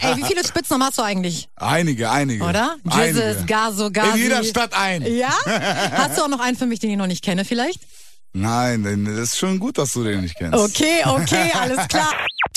[SPEAKER 3] Ey, wie viele Spitznamen hast du eigentlich,
[SPEAKER 4] Einige, einige.
[SPEAKER 3] oder?
[SPEAKER 4] Einige.
[SPEAKER 3] Jesus, Gaso, Gazi.
[SPEAKER 4] In jeder Stadt ein.
[SPEAKER 3] Ja? Hast du auch noch einen für mich, den ich noch nicht kenne vielleicht?
[SPEAKER 4] Nein, denn das ist schon gut, dass du den nicht kennst.
[SPEAKER 3] Okay, okay, alles klar.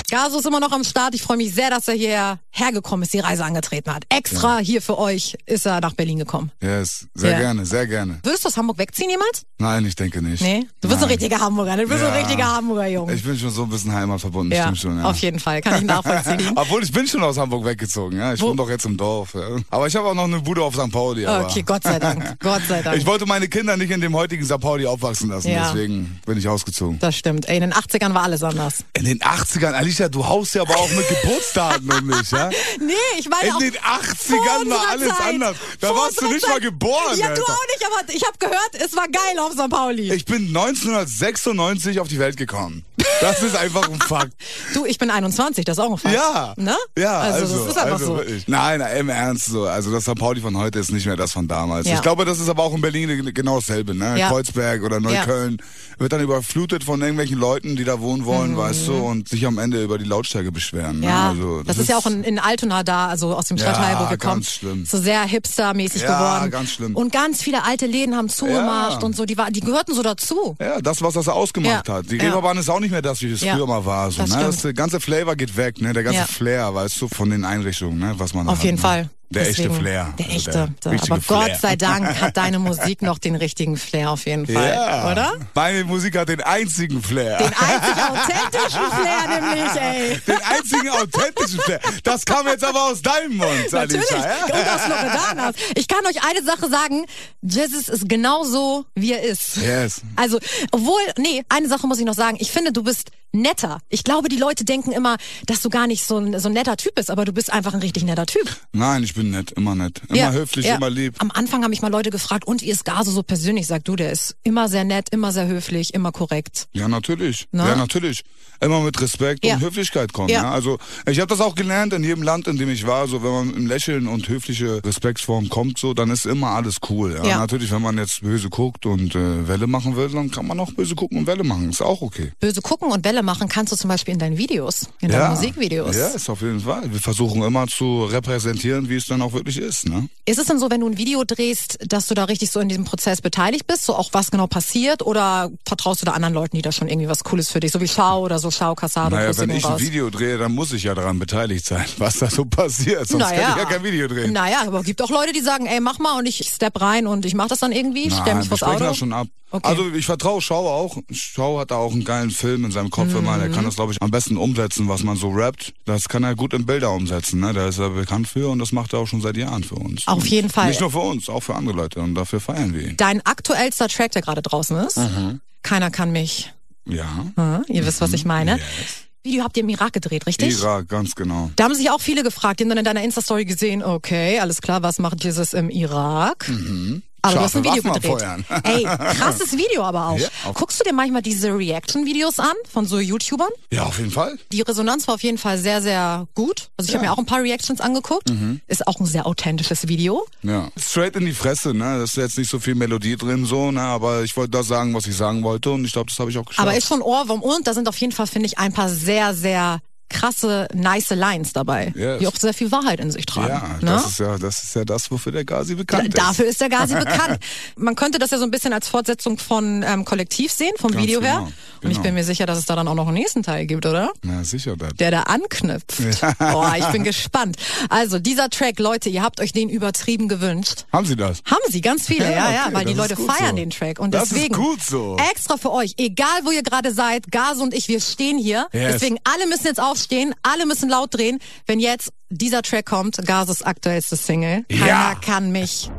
[SPEAKER 3] Gaso ist immer noch am Start. Ich freue mich sehr, dass er hierher hergekommen ist, die Reise angetreten hat. Extra hier für euch ist er nach Berlin gekommen.
[SPEAKER 4] Yes, sehr
[SPEAKER 3] Ja.
[SPEAKER 4] gerne, sehr gerne.
[SPEAKER 3] Würdest du aus Hamburg wegziehen jemals?
[SPEAKER 4] Nein, ich denke nicht.
[SPEAKER 3] Nee? Du bist
[SPEAKER 4] Nein.
[SPEAKER 3] ein richtiger Hamburger, ne? du bist
[SPEAKER 4] Ja.
[SPEAKER 3] ein richtiger Hamburger Junge.
[SPEAKER 4] Ich bin schon so ein bisschen heimatverbunden,
[SPEAKER 3] ja,
[SPEAKER 4] stimmt schon. Ja.
[SPEAKER 3] auf jeden Fall, kann ich nachvollziehen.
[SPEAKER 4] Obwohl, ich bin schon aus Hamburg weggezogen, ja. Ich
[SPEAKER 3] Wo-
[SPEAKER 4] wohne doch jetzt im Dorf. Ja. Aber ich habe auch noch eine Bude auf St. Pauli. Aber
[SPEAKER 3] Okay, Gott sei Dank, Gott sei Dank.
[SPEAKER 4] Ich wollte meine Kinder nicht in dem heutigen St. Pauli aufwachsen lassen,
[SPEAKER 3] Ja.
[SPEAKER 4] deswegen bin ich ausgezogen.
[SPEAKER 3] Das stimmt. Ey, in den 80ern war alles anders.
[SPEAKER 4] In den 80ern, Alicia, du haust ja aber auch mit Geburtsdaten um mich, ja?
[SPEAKER 3] Nee, ich meine
[SPEAKER 4] In
[SPEAKER 3] auch
[SPEAKER 4] den 80ern
[SPEAKER 3] vor
[SPEAKER 4] war
[SPEAKER 3] unserer
[SPEAKER 4] alles
[SPEAKER 3] Zeit.
[SPEAKER 4] anders. Da
[SPEAKER 3] Vor
[SPEAKER 4] warst du
[SPEAKER 3] unserer
[SPEAKER 4] nicht mal
[SPEAKER 3] Zeit.
[SPEAKER 4] geboren,
[SPEAKER 3] Ja,
[SPEAKER 4] Alter.
[SPEAKER 3] du auch nicht, aber ich habe gehört, es war geil auf St. Pauli.
[SPEAKER 4] Ich bin 1996 auf die Welt gekommen. Das ist einfach ein Fakt.
[SPEAKER 3] du, ich bin 21, das ist auch ein Fakt.
[SPEAKER 4] Ja.
[SPEAKER 3] Ne?
[SPEAKER 4] Ja,
[SPEAKER 3] also,
[SPEAKER 4] also
[SPEAKER 3] das ist einfach
[SPEAKER 4] also
[SPEAKER 3] so.
[SPEAKER 4] wirklich. Nein, nein, im Ernst so. Also das St. Pauli von heute ist nicht mehr das von damals.
[SPEAKER 3] Ja.
[SPEAKER 4] Ich glaube, das ist aber auch in Berlin genau dasselbe, ne?
[SPEAKER 3] Ja.
[SPEAKER 4] Kreuzberg oder Neukölln wird dann überflutet von irgendwelchen Leuten, die da wohnen wollen, weißt du, und sich am Ende über die Lautstärke beschweren. ne?
[SPEAKER 3] Mhm. Ja,
[SPEAKER 4] also,
[SPEAKER 3] das, ist ja auch in, in Altona da, also aus dem
[SPEAKER 4] Ja,
[SPEAKER 3] Stadtteil, wo wir
[SPEAKER 4] ganz
[SPEAKER 3] kommen.
[SPEAKER 4] schlimm.
[SPEAKER 3] So sehr hipstermäßig
[SPEAKER 4] Ja,
[SPEAKER 3] geworden.
[SPEAKER 4] ganz schlimm.
[SPEAKER 3] Und ganz viele alte Läden haben zugemacht und so, die, war, die gehörten so dazu.
[SPEAKER 4] Ja, das, was das ausgemacht
[SPEAKER 3] Ja,
[SPEAKER 4] hat. Die
[SPEAKER 3] ja.
[SPEAKER 4] Reeperbahn ist auch nicht mehr das, wie es
[SPEAKER 3] Ja,
[SPEAKER 4] früher mal war. So,
[SPEAKER 3] das
[SPEAKER 4] ne?
[SPEAKER 3] stimmt.
[SPEAKER 4] das ganze Flavor geht weg, ne? Der ganze
[SPEAKER 3] Ja.
[SPEAKER 4] Flair, weißt du, von den Einrichtungen, ne? was man da
[SPEAKER 3] Auf
[SPEAKER 4] hat,
[SPEAKER 3] jeden
[SPEAKER 4] ne?
[SPEAKER 3] Fall.
[SPEAKER 4] Der echte
[SPEAKER 3] Deswegen,
[SPEAKER 4] Flair.
[SPEAKER 3] Der
[SPEAKER 4] Also
[SPEAKER 3] echte.
[SPEAKER 4] der
[SPEAKER 3] so,
[SPEAKER 4] richtige
[SPEAKER 3] aber
[SPEAKER 4] Flair.
[SPEAKER 3] Gott sei Dank hat deine Musik noch den richtigen Flair auf jeden Fall, oder?
[SPEAKER 4] Meine Musik hat den einzigen Flair.
[SPEAKER 3] Den einzig authentischen Flair nämlich, ey.
[SPEAKER 4] Den einzigen authentischen Flair. Das kam jetzt aber aus deinem Mund,
[SPEAKER 3] Natürlich.
[SPEAKER 4] Alicia.
[SPEAKER 3] Und aus Loredanas. Ich kann euch eine Sache sagen. Jesus ist genau so, wie er ist.
[SPEAKER 4] Yes.
[SPEAKER 3] Also, obwohl, nee, eine Sache muss ich noch sagen. Ich finde, du bist netter. Ich glaube, die Leute denken immer, dass du gar nicht so ein, so ein netter Typ bist, aber du bist einfach ein richtig netter Typ.
[SPEAKER 4] Nein, ich bin nett, immer nett. Immer höflich, immer lieb.
[SPEAKER 3] Am Anfang haben mich mal Leute gefragt, und ihr ist Gaso so persönlich? Sag du, der ist immer sehr nett, immer sehr höflich, immer korrekt.
[SPEAKER 4] Ja, natürlich.
[SPEAKER 3] Na?
[SPEAKER 4] Ja, natürlich. Immer mit Respekt
[SPEAKER 3] Ja.
[SPEAKER 4] und Höflichkeit kommen.
[SPEAKER 3] Ja.
[SPEAKER 4] Ja. Also ich habe das auch gelernt in jedem Land, in dem ich war. So wenn man im Lächeln und höfliche Respektsform kommt, so dann ist immer alles cool. Ja.
[SPEAKER 3] Ja.
[SPEAKER 4] Natürlich, wenn man jetzt böse guckt und äh, Welle machen will, dann kann man auch böse gucken und Welle machen. Ist auch okay.
[SPEAKER 3] Böse gucken und Welle machen kannst du zum Beispiel in deinen Videos, in
[SPEAKER 4] ja.
[SPEAKER 3] deinen Musikvideos.
[SPEAKER 4] Ja, ist auf jeden Fall. Wir versuchen immer zu repräsentieren, wie es dann auch wirklich ist. Ne?
[SPEAKER 3] Ist es denn so, wenn du ein Video drehst, dass du da richtig so in diesem Prozess beteiligt bist, so auch was genau passiert oder vertraust du da anderen Leuten, die da schon irgendwie was Cooles für dich, so wie Schau oder so Schau, Kassado,
[SPEAKER 4] Naja,
[SPEAKER 3] Grüß
[SPEAKER 4] wenn
[SPEAKER 3] gehen
[SPEAKER 4] ich ein
[SPEAKER 3] raus.
[SPEAKER 4] Video drehe, dann muss ich ja daran beteiligt sein, was da so passiert. Sonst kann ich ja kein Video drehen.
[SPEAKER 3] Naja, aber gibt auch Leute, die sagen, ey, mach mal und ich step rein und ich mach das dann irgendwie, ich stell
[SPEAKER 4] Nein,
[SPEAKER 3] mich
[SPEAKER 4] wir
[SPEAKER 3] vors
[SPEAKER 4] sprechen
[SPEAKER 3] Auto.
[SPEAKER 4] das schon ab.
[SPEAKER 3] Okay.
[SPEAKER 4] Also ich vertraue Schau auch. Schau hat da auch einen geilen Film in seinem Kopf immer. Der
[SPEAKER 3] Mhm.
[SPEAKER 4] kann das, glaube ich, am besten umsetzen, was man so rappt. Das kann er gut in Bilder umsetzen. Ne? Da ist er bekannt für und das macht er auch schon seit Jahren für uns.
[SPEAKER 3] Auf jeden Fall.
[SPEAKER 4] Nicht nur für uns, auch für andere Leute. Und dafür feiern wir ihn.
[SPEAKER 3] Dein aktuellster Track, der gerade draußen ist,
[SPEAKER 4] Mhm.
[SPEAKER 3] keiner kann mich.
[SPEAKER 4] Ja.
[SPEAKER 3] Hm, ihr wisst, was ich meine.
[SPEAKER 4] Mhm. Yes.
[SPEAKER 3] Video habt ihr im Irak gedreht, richtig?
[SPEAKER 4] Irak, ganz genau.
[SPEAKER 3] Da haben sich auch viele gefragt, die haben dann in deiner Insta-Story gesehen, okay, alles klar, was macht Jesus im Irak?
[SPEAKER 4] Mhm.
[SPEAKER 3] Aber du hast ein
[SPEAKER 4] Scharfe
[SPEAKER 3] Video
[SPEAKER 4] Waffen
[SPEAKER 3] gedreht.
[SPEAKER 4] abfeuern.
[SPEAKER 3] Ey, krasses Video aber auch.
[SPEAKER 4] Ja, auf-
[SPEAKER 3] Guckst du dir manchmal diese Reaction-Videos an von so YouTubern?
[SPEAKER 4] Ja, auf jeden Fall.
[SPEAKER 3] Die Resonanz war auf jeden Fall sehr, sehr gut. Also ich hab habe mir auch ein paar Reactions angeguckt.
[SPEAKER 4] Mhm.
[SPEAKER 3] Ist auch ein sehr authentisches Video.
[SPEAKER 4] Ja. Straight in die Fresse, ne? Da ist jetzt nicht so viel Melodie drin, so, ne? Aber ich wollte das sagen, was ich sagen wollte und ich glaube, das habe ich auch geschafft.
[SPEAKER 3] Aber ist schon Ohrwurm und da sind auf jeden Fall, finde ich, ein paar sehr, sehr krasse, nice Lines dabei,
[SPEAKER 4] Yes.
[SPEAKER 3] die auch sehr viel Wahrheit in sich tragen.
[SPEAKER 4] ja,
[SPEAKER 3] ne?
[SPEAKER 4] das ist ja, das ist ja das, wofür der Gazi bekannt ist.
[SPEAKER 3] Dafür ist der Gazi bekannt. Man könnte das ja so ein bisschen als Fortsetzung von ähm, Kollektiv sehen, vom
[SPEAKER 4] Ganz
[SPEAKER 3] Video her.
[SPEAKER 4] genau,
[SPEAKER 3] Und ich
[SPEAKER 4] genau.
[SPEAKER 3] bin mir sicher, dass es da dann auch noch einen nächsten Teil gibt, oder?
[SPEAKER 4] Na sicher, das.
[SPEAKER 3] Der da anknüpft. Boah, ich bin gespannt. Also dieser Track, Leute, ihr habt euch den übertrieben gewünscht.
[SPEAKER 4] Haben Sie das?
[SPEAKER 3] Haben sie, ganz viele, ja,
[SPEAKER 4] Ja,
[SPEAKER 3] ja,
[SPEAKER 4] okay,
[SPEAKER 3] weil die
[SPEAKER 4] das
[SPEAKER 3] Leute
[SPEAKER 4] ist gut
[SPEAKER 3] feiern
[SPEAKER 4] so.
[SPEAKER 3] den Track. Und
[SPEAKER 4] Das ist
[SPEAKER 3] deswegen,
[SPEAKER 4] gut so.
[SPEAKER 3] extra für euch, egal wo ihr gerade seid, Gas und ich, wir stehen hier.
[SPEAKER 4] Yes.
[SPEAKER 3] Deswegen, alle müssen jetzt aufstehen, alle müssen laut drehen, wenn jetzt dieser Track kommt, Gases aktuellste Single. Keiner
[SPEAKER 4] Ja.
[SPEAKER 3] kann mich.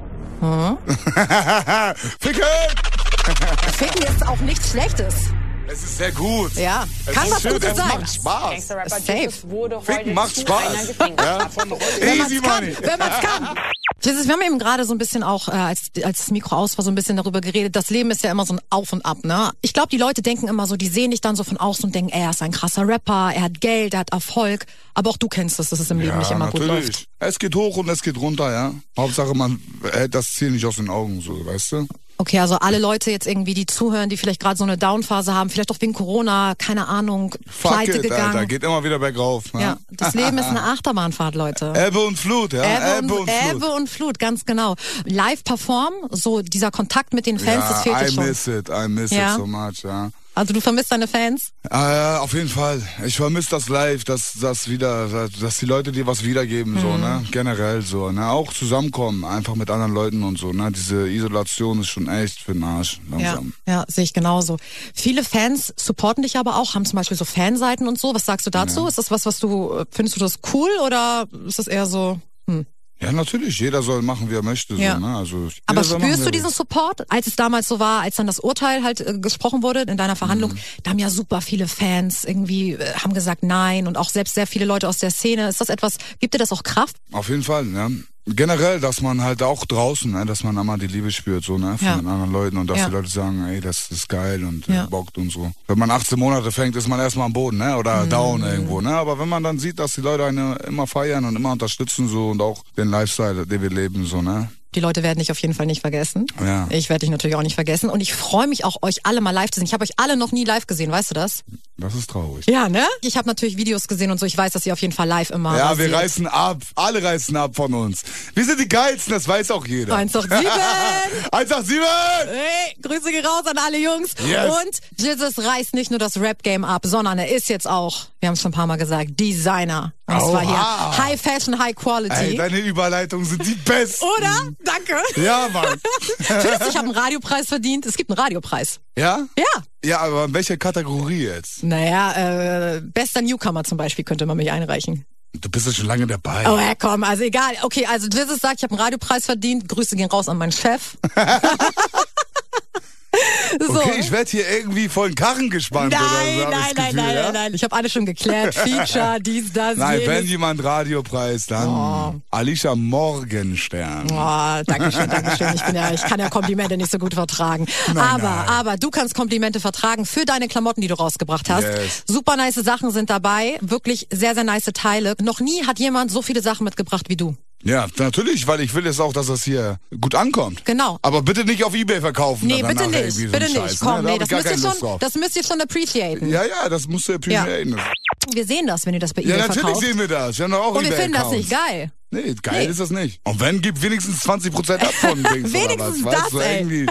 [SPEAKER 4] Ficken!
[SPEAKER 3] Ficken ist auch nichts Schlechtes.
[SPEAKER 4] Es ist sehr gut.
[SPEAKER 3] Ja.
[SPEAKER 4] Es
[SPEAKER 3] Kann
[SPEAKER 4] ist
[SPEAKER 3] was
[SPEAKER 4] schön,
[SPEAKER 3] Gutes
[SPEAKER 4] es
[SPEAKER 3] sein.
[SPEAKER 4] macht Spaß.
[SPEAKER 6] Gangster-Rapper
[SPEAKER 3] Safe.
[SPEAKER 6] Jesus wurde heute
[SPEAKER 4] Ficken macht
[SPEAKER 6] zu einer
[SPEAKER 4] Spaß. Ja.
[SPEAKER 6] Gefängnisstrafe
[SPEAKER 3] Wenn
[SPEAKER 4] Easy
[SPEAKER 3] man's kann,
[SPEAKER 4] money.
[SPEAKER 3] wenn man's kann. Jesus, wir haben eben gerade so ein bisschen auch, äh, als, als das Mikro aus war, so ein bisschen darüber geredet, das Leben ist ja immer so ein Auf und Ab, ne? Ich glaube, die Leute denken immer so, die sehen dich dann so von außen und denken, ey, er ist ein krasser Rapper, er hat Geld, er hat Erfolg. Aber auch du kennst es, dass es im Leben nicht immer gut läuft.
[SPEAKER 4] Es geht hoch und es geht runter, ja. Hauptsache, man hält das Ziel nicht aus den Augen, so, weißt du?
[SPEAKER 3] Okay, also alle Leute jetzt irgendwie, die zuhören, die vielleicht gerade so eine Downphase haben, vielleicht auch wegen Corona, keine Ahnung,
[SPEAKER 4] Fuck
[SPEAKER 3] pleite
[SPEAKER 4] it,
[SPEAKER 3] gegangen.
[SPEAKER 4] Alter. Geht immer wieder bergauf. ne?
[SPEAKER 3] ja, das Leben ist eine Achterbahnfahrt, Leute.
[SPEAKER 4] Ebbe und Flut, ja.
[SPEAKER 3] Ebbe und,
[SPEAKER 4] Flut.
[SPEAKER 3] Ebbe und Flut, ganz genau. Live perform, so dieser Kontakt mit den Fans, das fehlt
[SPEAKER 4] ja,
[SPEAKER 3] dir
[SPEAKER 4] I
[SPEAKER 3] schon.
[SPEAKER 4] miss it, I miss
[SPEAKER 3] Ja.
[SPEAKER 4] it so much, ja.
[SPEAKER 3] Also du vermisst deine Fans?
[SPEAKER 4] Ah, ja, auf jeden Fall. Ich vermisse das live, dass das wieder, dass die Leute dir was wiedergeben, so,
[SPEAKER 3] Mhm.
[SPEAKER 4] ne? Generell so, ne? Auch zusammenkommen, einfach mit anderen Leuten und so, ne? Diese Isolation ist schon echt für den Arsch,
[SPEAKER 3] Ja,
[SPEAKER 4] langsam.
[SPEAKER 3] ja, sehe ich genauso. Viele Fans supporten dich aber auch, haben zum Beispiel so Fanseiten und so. Was sagst du dazu? Ist das was, was du, äh, findest du das cool oder ist das eher so, hm.
[SPEAKER 4] Ja, natürlich, jeder soll machen, wie er möchte,
[SPEAKER 3] Ja.
[SPEAKER 4] so, ne? Also,
[SPEAKER 3] Aber
[SPEAKER 4] jeder soll machen,
[SPEAKER 3] spürst
[SPEAKER 4] wie
[SPEAKER 3] du
[SPEAKER 4] er
[SPEAKER 3] diesen
[SPEAKER 4] will.
[SPEAKER 3] Support, als es damals so war, als dann das Urteil halt äh, gesprochen wurde in deiner
[SPEAKER 4] Mhm.
[SPEAKER 3] Verhandlung? Da haben ja super viele Fans irgendwie äh, haben gesagt nein und auch selbst sehr viele Leute aus der Szene. Ist das etwas, gibt dir das auch Kraft?
[SPEAKER 4] Auf jeden Fall, ja. Generell, dass man halt auch draußen, ne, dass man einmal die Liebe spürt, so, ne, von
[SPEAKER 3] Ja.
[SPEAKER 4] den anderen Leuten und dass
[SPEAKER 3] Ja.
[SPEAKER 4] die Leute sagen, ey, das ist geil und
[SPEAKER 3] Ja.
[SPEAKER 4] äh, bockt und so. Wenn man 18 Monate fängt, ist man erstmal am Boden, ne,
[SPEAKER 3] Mhm.
[SPEAKER 4] oder down irgendwo, ne, aber wenn man dann sieht, dass die Leute eine immer feiern und immer unterstützen, so, und auch den Lifestyle, den wir leben, so, ne.
[SPEAKER 3] Die Leute werden dich auf jeden Fall nicht vergessen.
[SPEAKER 4] Ja.
[SPEAKER 3] Ich werde dich natürlich auch nicht vergessen. Und ich freue mich auch, euch alle mal live zu sehen. Ich habe euch alle noch nie live gesehen, weißt du das?
[SPEAKER 4] Das ist traurig.
[SPEAKER 3] Ja, ne? Ich habe natürlich Videos gesehen und so. Ich weiß, dass ihr auf jeden Fall live immer.
[SPEAKER 4] Ja, wir
[SPEAKER 3] rasiert.
[SPEAKER 4] reißen ab. Alle reißen ab von uns. Wir sind die Geilsten, das weiß auch jeder.
[SPEAKER 3] 187!
[SPEAKER 4] 187!
[SPEAKER 3] Hey, Grüße gehen raus an alle Jungs.
[SPEAKER 4] Yes.
[SPEAKER 3] Und Jesus reißt nicht nur das Rap-Game ab, sondern er ist jetzt auch, wir haben es schon ein paar Mal gesagt, Designer. Und Und es war
[SPEAKER 4] Oha.
[SPEAKER 3] hier High Fashion, High Quality.
[SPEAKER 4] Ey, deine Überleitungen sind die besten.
[SPEAKER 3] Oder? Danke.
[SPEAKER 4] Ja, Mann.
[SPEAKER 3] Findest du, ich habe einen Radiopreis verdient? Es gibt einen Radiopreis.
[SPEAKER 4] Ja?
[SPEAKER 3] Ja.
[SPEAKER 4] Ja, aber in welcher Kategorie jetzt?
[SPEAKER 3] Naja, äh, bester Newcomer zum Beispiel könnte man mich einreichen.
[SPEAKER 4] Du bist ja schon lange dabei.
[SPEAKER 3] Oh, ja, komm, also egal. Okay, also Jizzes sagt, ich habe einen Radiopreis verdient. Grüße gehen raus an meinen Chef. so.
[SPEAKER 4] Okay, ich werde hier irgendwie vor den Karren gespannt.
[SPEAKER 3] nein,
[SPEAKER 4] oder so, hab
[SPEAKER 3] nein,
[SPEAKER 4] ich das
[SPEAKER 3] nein,
[SPEAKER 4] Gefühl,
[SPEAKER 3] nein,
[SPEAKER 4] ja?
[SPEAKER 3] nein, nein. Ich habe alles schon geklärt. Feature, dies, das,
[SPEAKER 4] Nein, wenn
[SPEAKER 3] jenes.
[SPEAKER 4] jemand Radiopreis, dann Alicia Morgenstern.
[SPEAKER 3] Oh, danke schön, danke schön. Ich, bin ja, ich kann ja Komplimente nicht so gut vertragen. aber,
[SPEAKER 4] nein.
[SPEAKER 3] aber du kannst Komplimente vertragen für deine Klamotten, die du rausgebracht hast.
[SPEAKER 4] Yes.
[SPEAKER 3] Super nice Sachen sind dabei. Wirklich sehr, sehr nice Teile. Noch nie hat jemand so viele Sachen mitgebracht wie du.
[SPEAKER 4] Ja, natürlich, weil ich will jetzt auch, dass das hier gut ankommt.
[SPEAKER 3] Genau.
[SPEAKER 4] Aber bitte nicht auf Ebay verkaufen.
[SPEAKER 3] Nee,
[SPEAKER 4] dann
[SPEAKER 3] bitte
[SPEAKER 4] nachher
[SPEAKER 3] nicht.
[SPEAKER 4] irgendwie so
[SPEAKER 3] bitte
[SPEAKER 4] einen
[SPEAKER 3] nicht.
[SPEAKER 4] Scheiß,
[SPEAKER 3] Komm,
[SPEAKER 4] ne?
[SPEAKER 3] nee,
[SPEAKER 4] da hab ich
[SPEAKER 3] das
[SPEAKER 4] gar
[SPEAKER 3] müsst, ihr
[SPEAKER 4] keine Lust
[SPEAKER 3] schon,
[SPEAKER 4] drauf.
[SPEAKER 3] das müsst ihr schon appreciaten.
[SPEAKER 4] ja, ja, das musst du ja
[SPEAKER 3] Ja.
[SPEAKER 4] appreciaten.
[SPEAKER 3] Wir sehen das, wenn ihr das bei
[SPEAKER 4] Ja,
[SPEAKER 3] eBay
[SPEAKER 4] natürlich
[SPEAKER 3] verkauft.
[SPEAKER 4] sehen wir das. Wir haben doch auch
[SPEAKER 3] Und wir
[SPEAKER 4] eBay
[SPEAKER 3] finden das nicht
[SPEAKER 4] Accounts.
[SPEAKER 3] geil.
[SPEAKER 4] Nee, geil
[SPEAKER 3] Nee.
[SPEAKER 4] ist das nicht. Und wenn, gib wenigstens 20% ab von Dings
[SPEAKER 3] Wenigstens
[SPEAKER 4] oder was.
[SPEAKER 3] das,
[SPEAKER 4] weißt du,
[SPEAKER 3] ey.
[SPEAKER 4] irgendwie,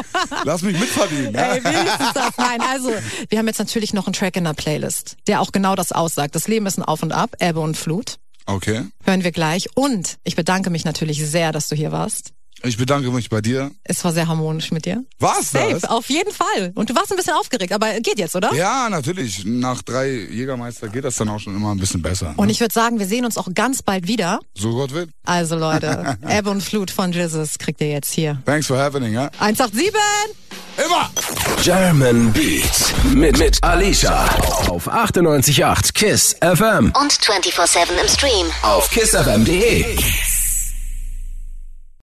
[SPEAKER 4] lass mich mitverdienen. ja?
[SPEAKER 3] Ey, wenigstens das. Nein, also, wir haben jetzt natürlich noch einen Track in der Playlist, der auch genau das aussagt. Das Leben ist ein Auf und Ab, Ebbe und Flut.
[SPEAKER 4] Okay.
[SPEAKER 3] Hören wir gleich. Und ich bedanke mich natürlich sehr, dass du hier warst.
[SPEAKER 4] Ich bedanke mich bei dir.
[SPEAKER 3] Es war sehr harmonisch mit dir.
[SPEAKER 4] War's
[SPEAKER 3] Safe,
[SPEAKER 4] das?
[SPEAKER 3] auf jeden Fall. Und du warst ein bisschen aufgeregt, aber geht jetzt, oder?
[SPEAKER 4] Ja, natürlich. Nach drei Jägermeister geht das dann auch schon immer ein bisschen besser.
[SPEAKER 3] Und
[SPEAKER 4] ne?
[SPEAKER 3] ich würde sagen, wir sehen uns auch ganz bald wieder.
[SPEAKER 4] so Gott will.
[SPEAKER 3] Also Leute, Ebbe und Flut von Jesus kriegt ihr jetzt hier.
[SPEAKER 4] Thanks for happening, ja?
[SPEAKER 3] 187!
[SPEAKER 4] Immer!
[SPEAKER 1] German Beat mit, mit Alicia auf 98.8 KISS FM
[SPEAKER 2] Und 24-7 im Stream.
[SPEAKER 1] auf kissfm.de.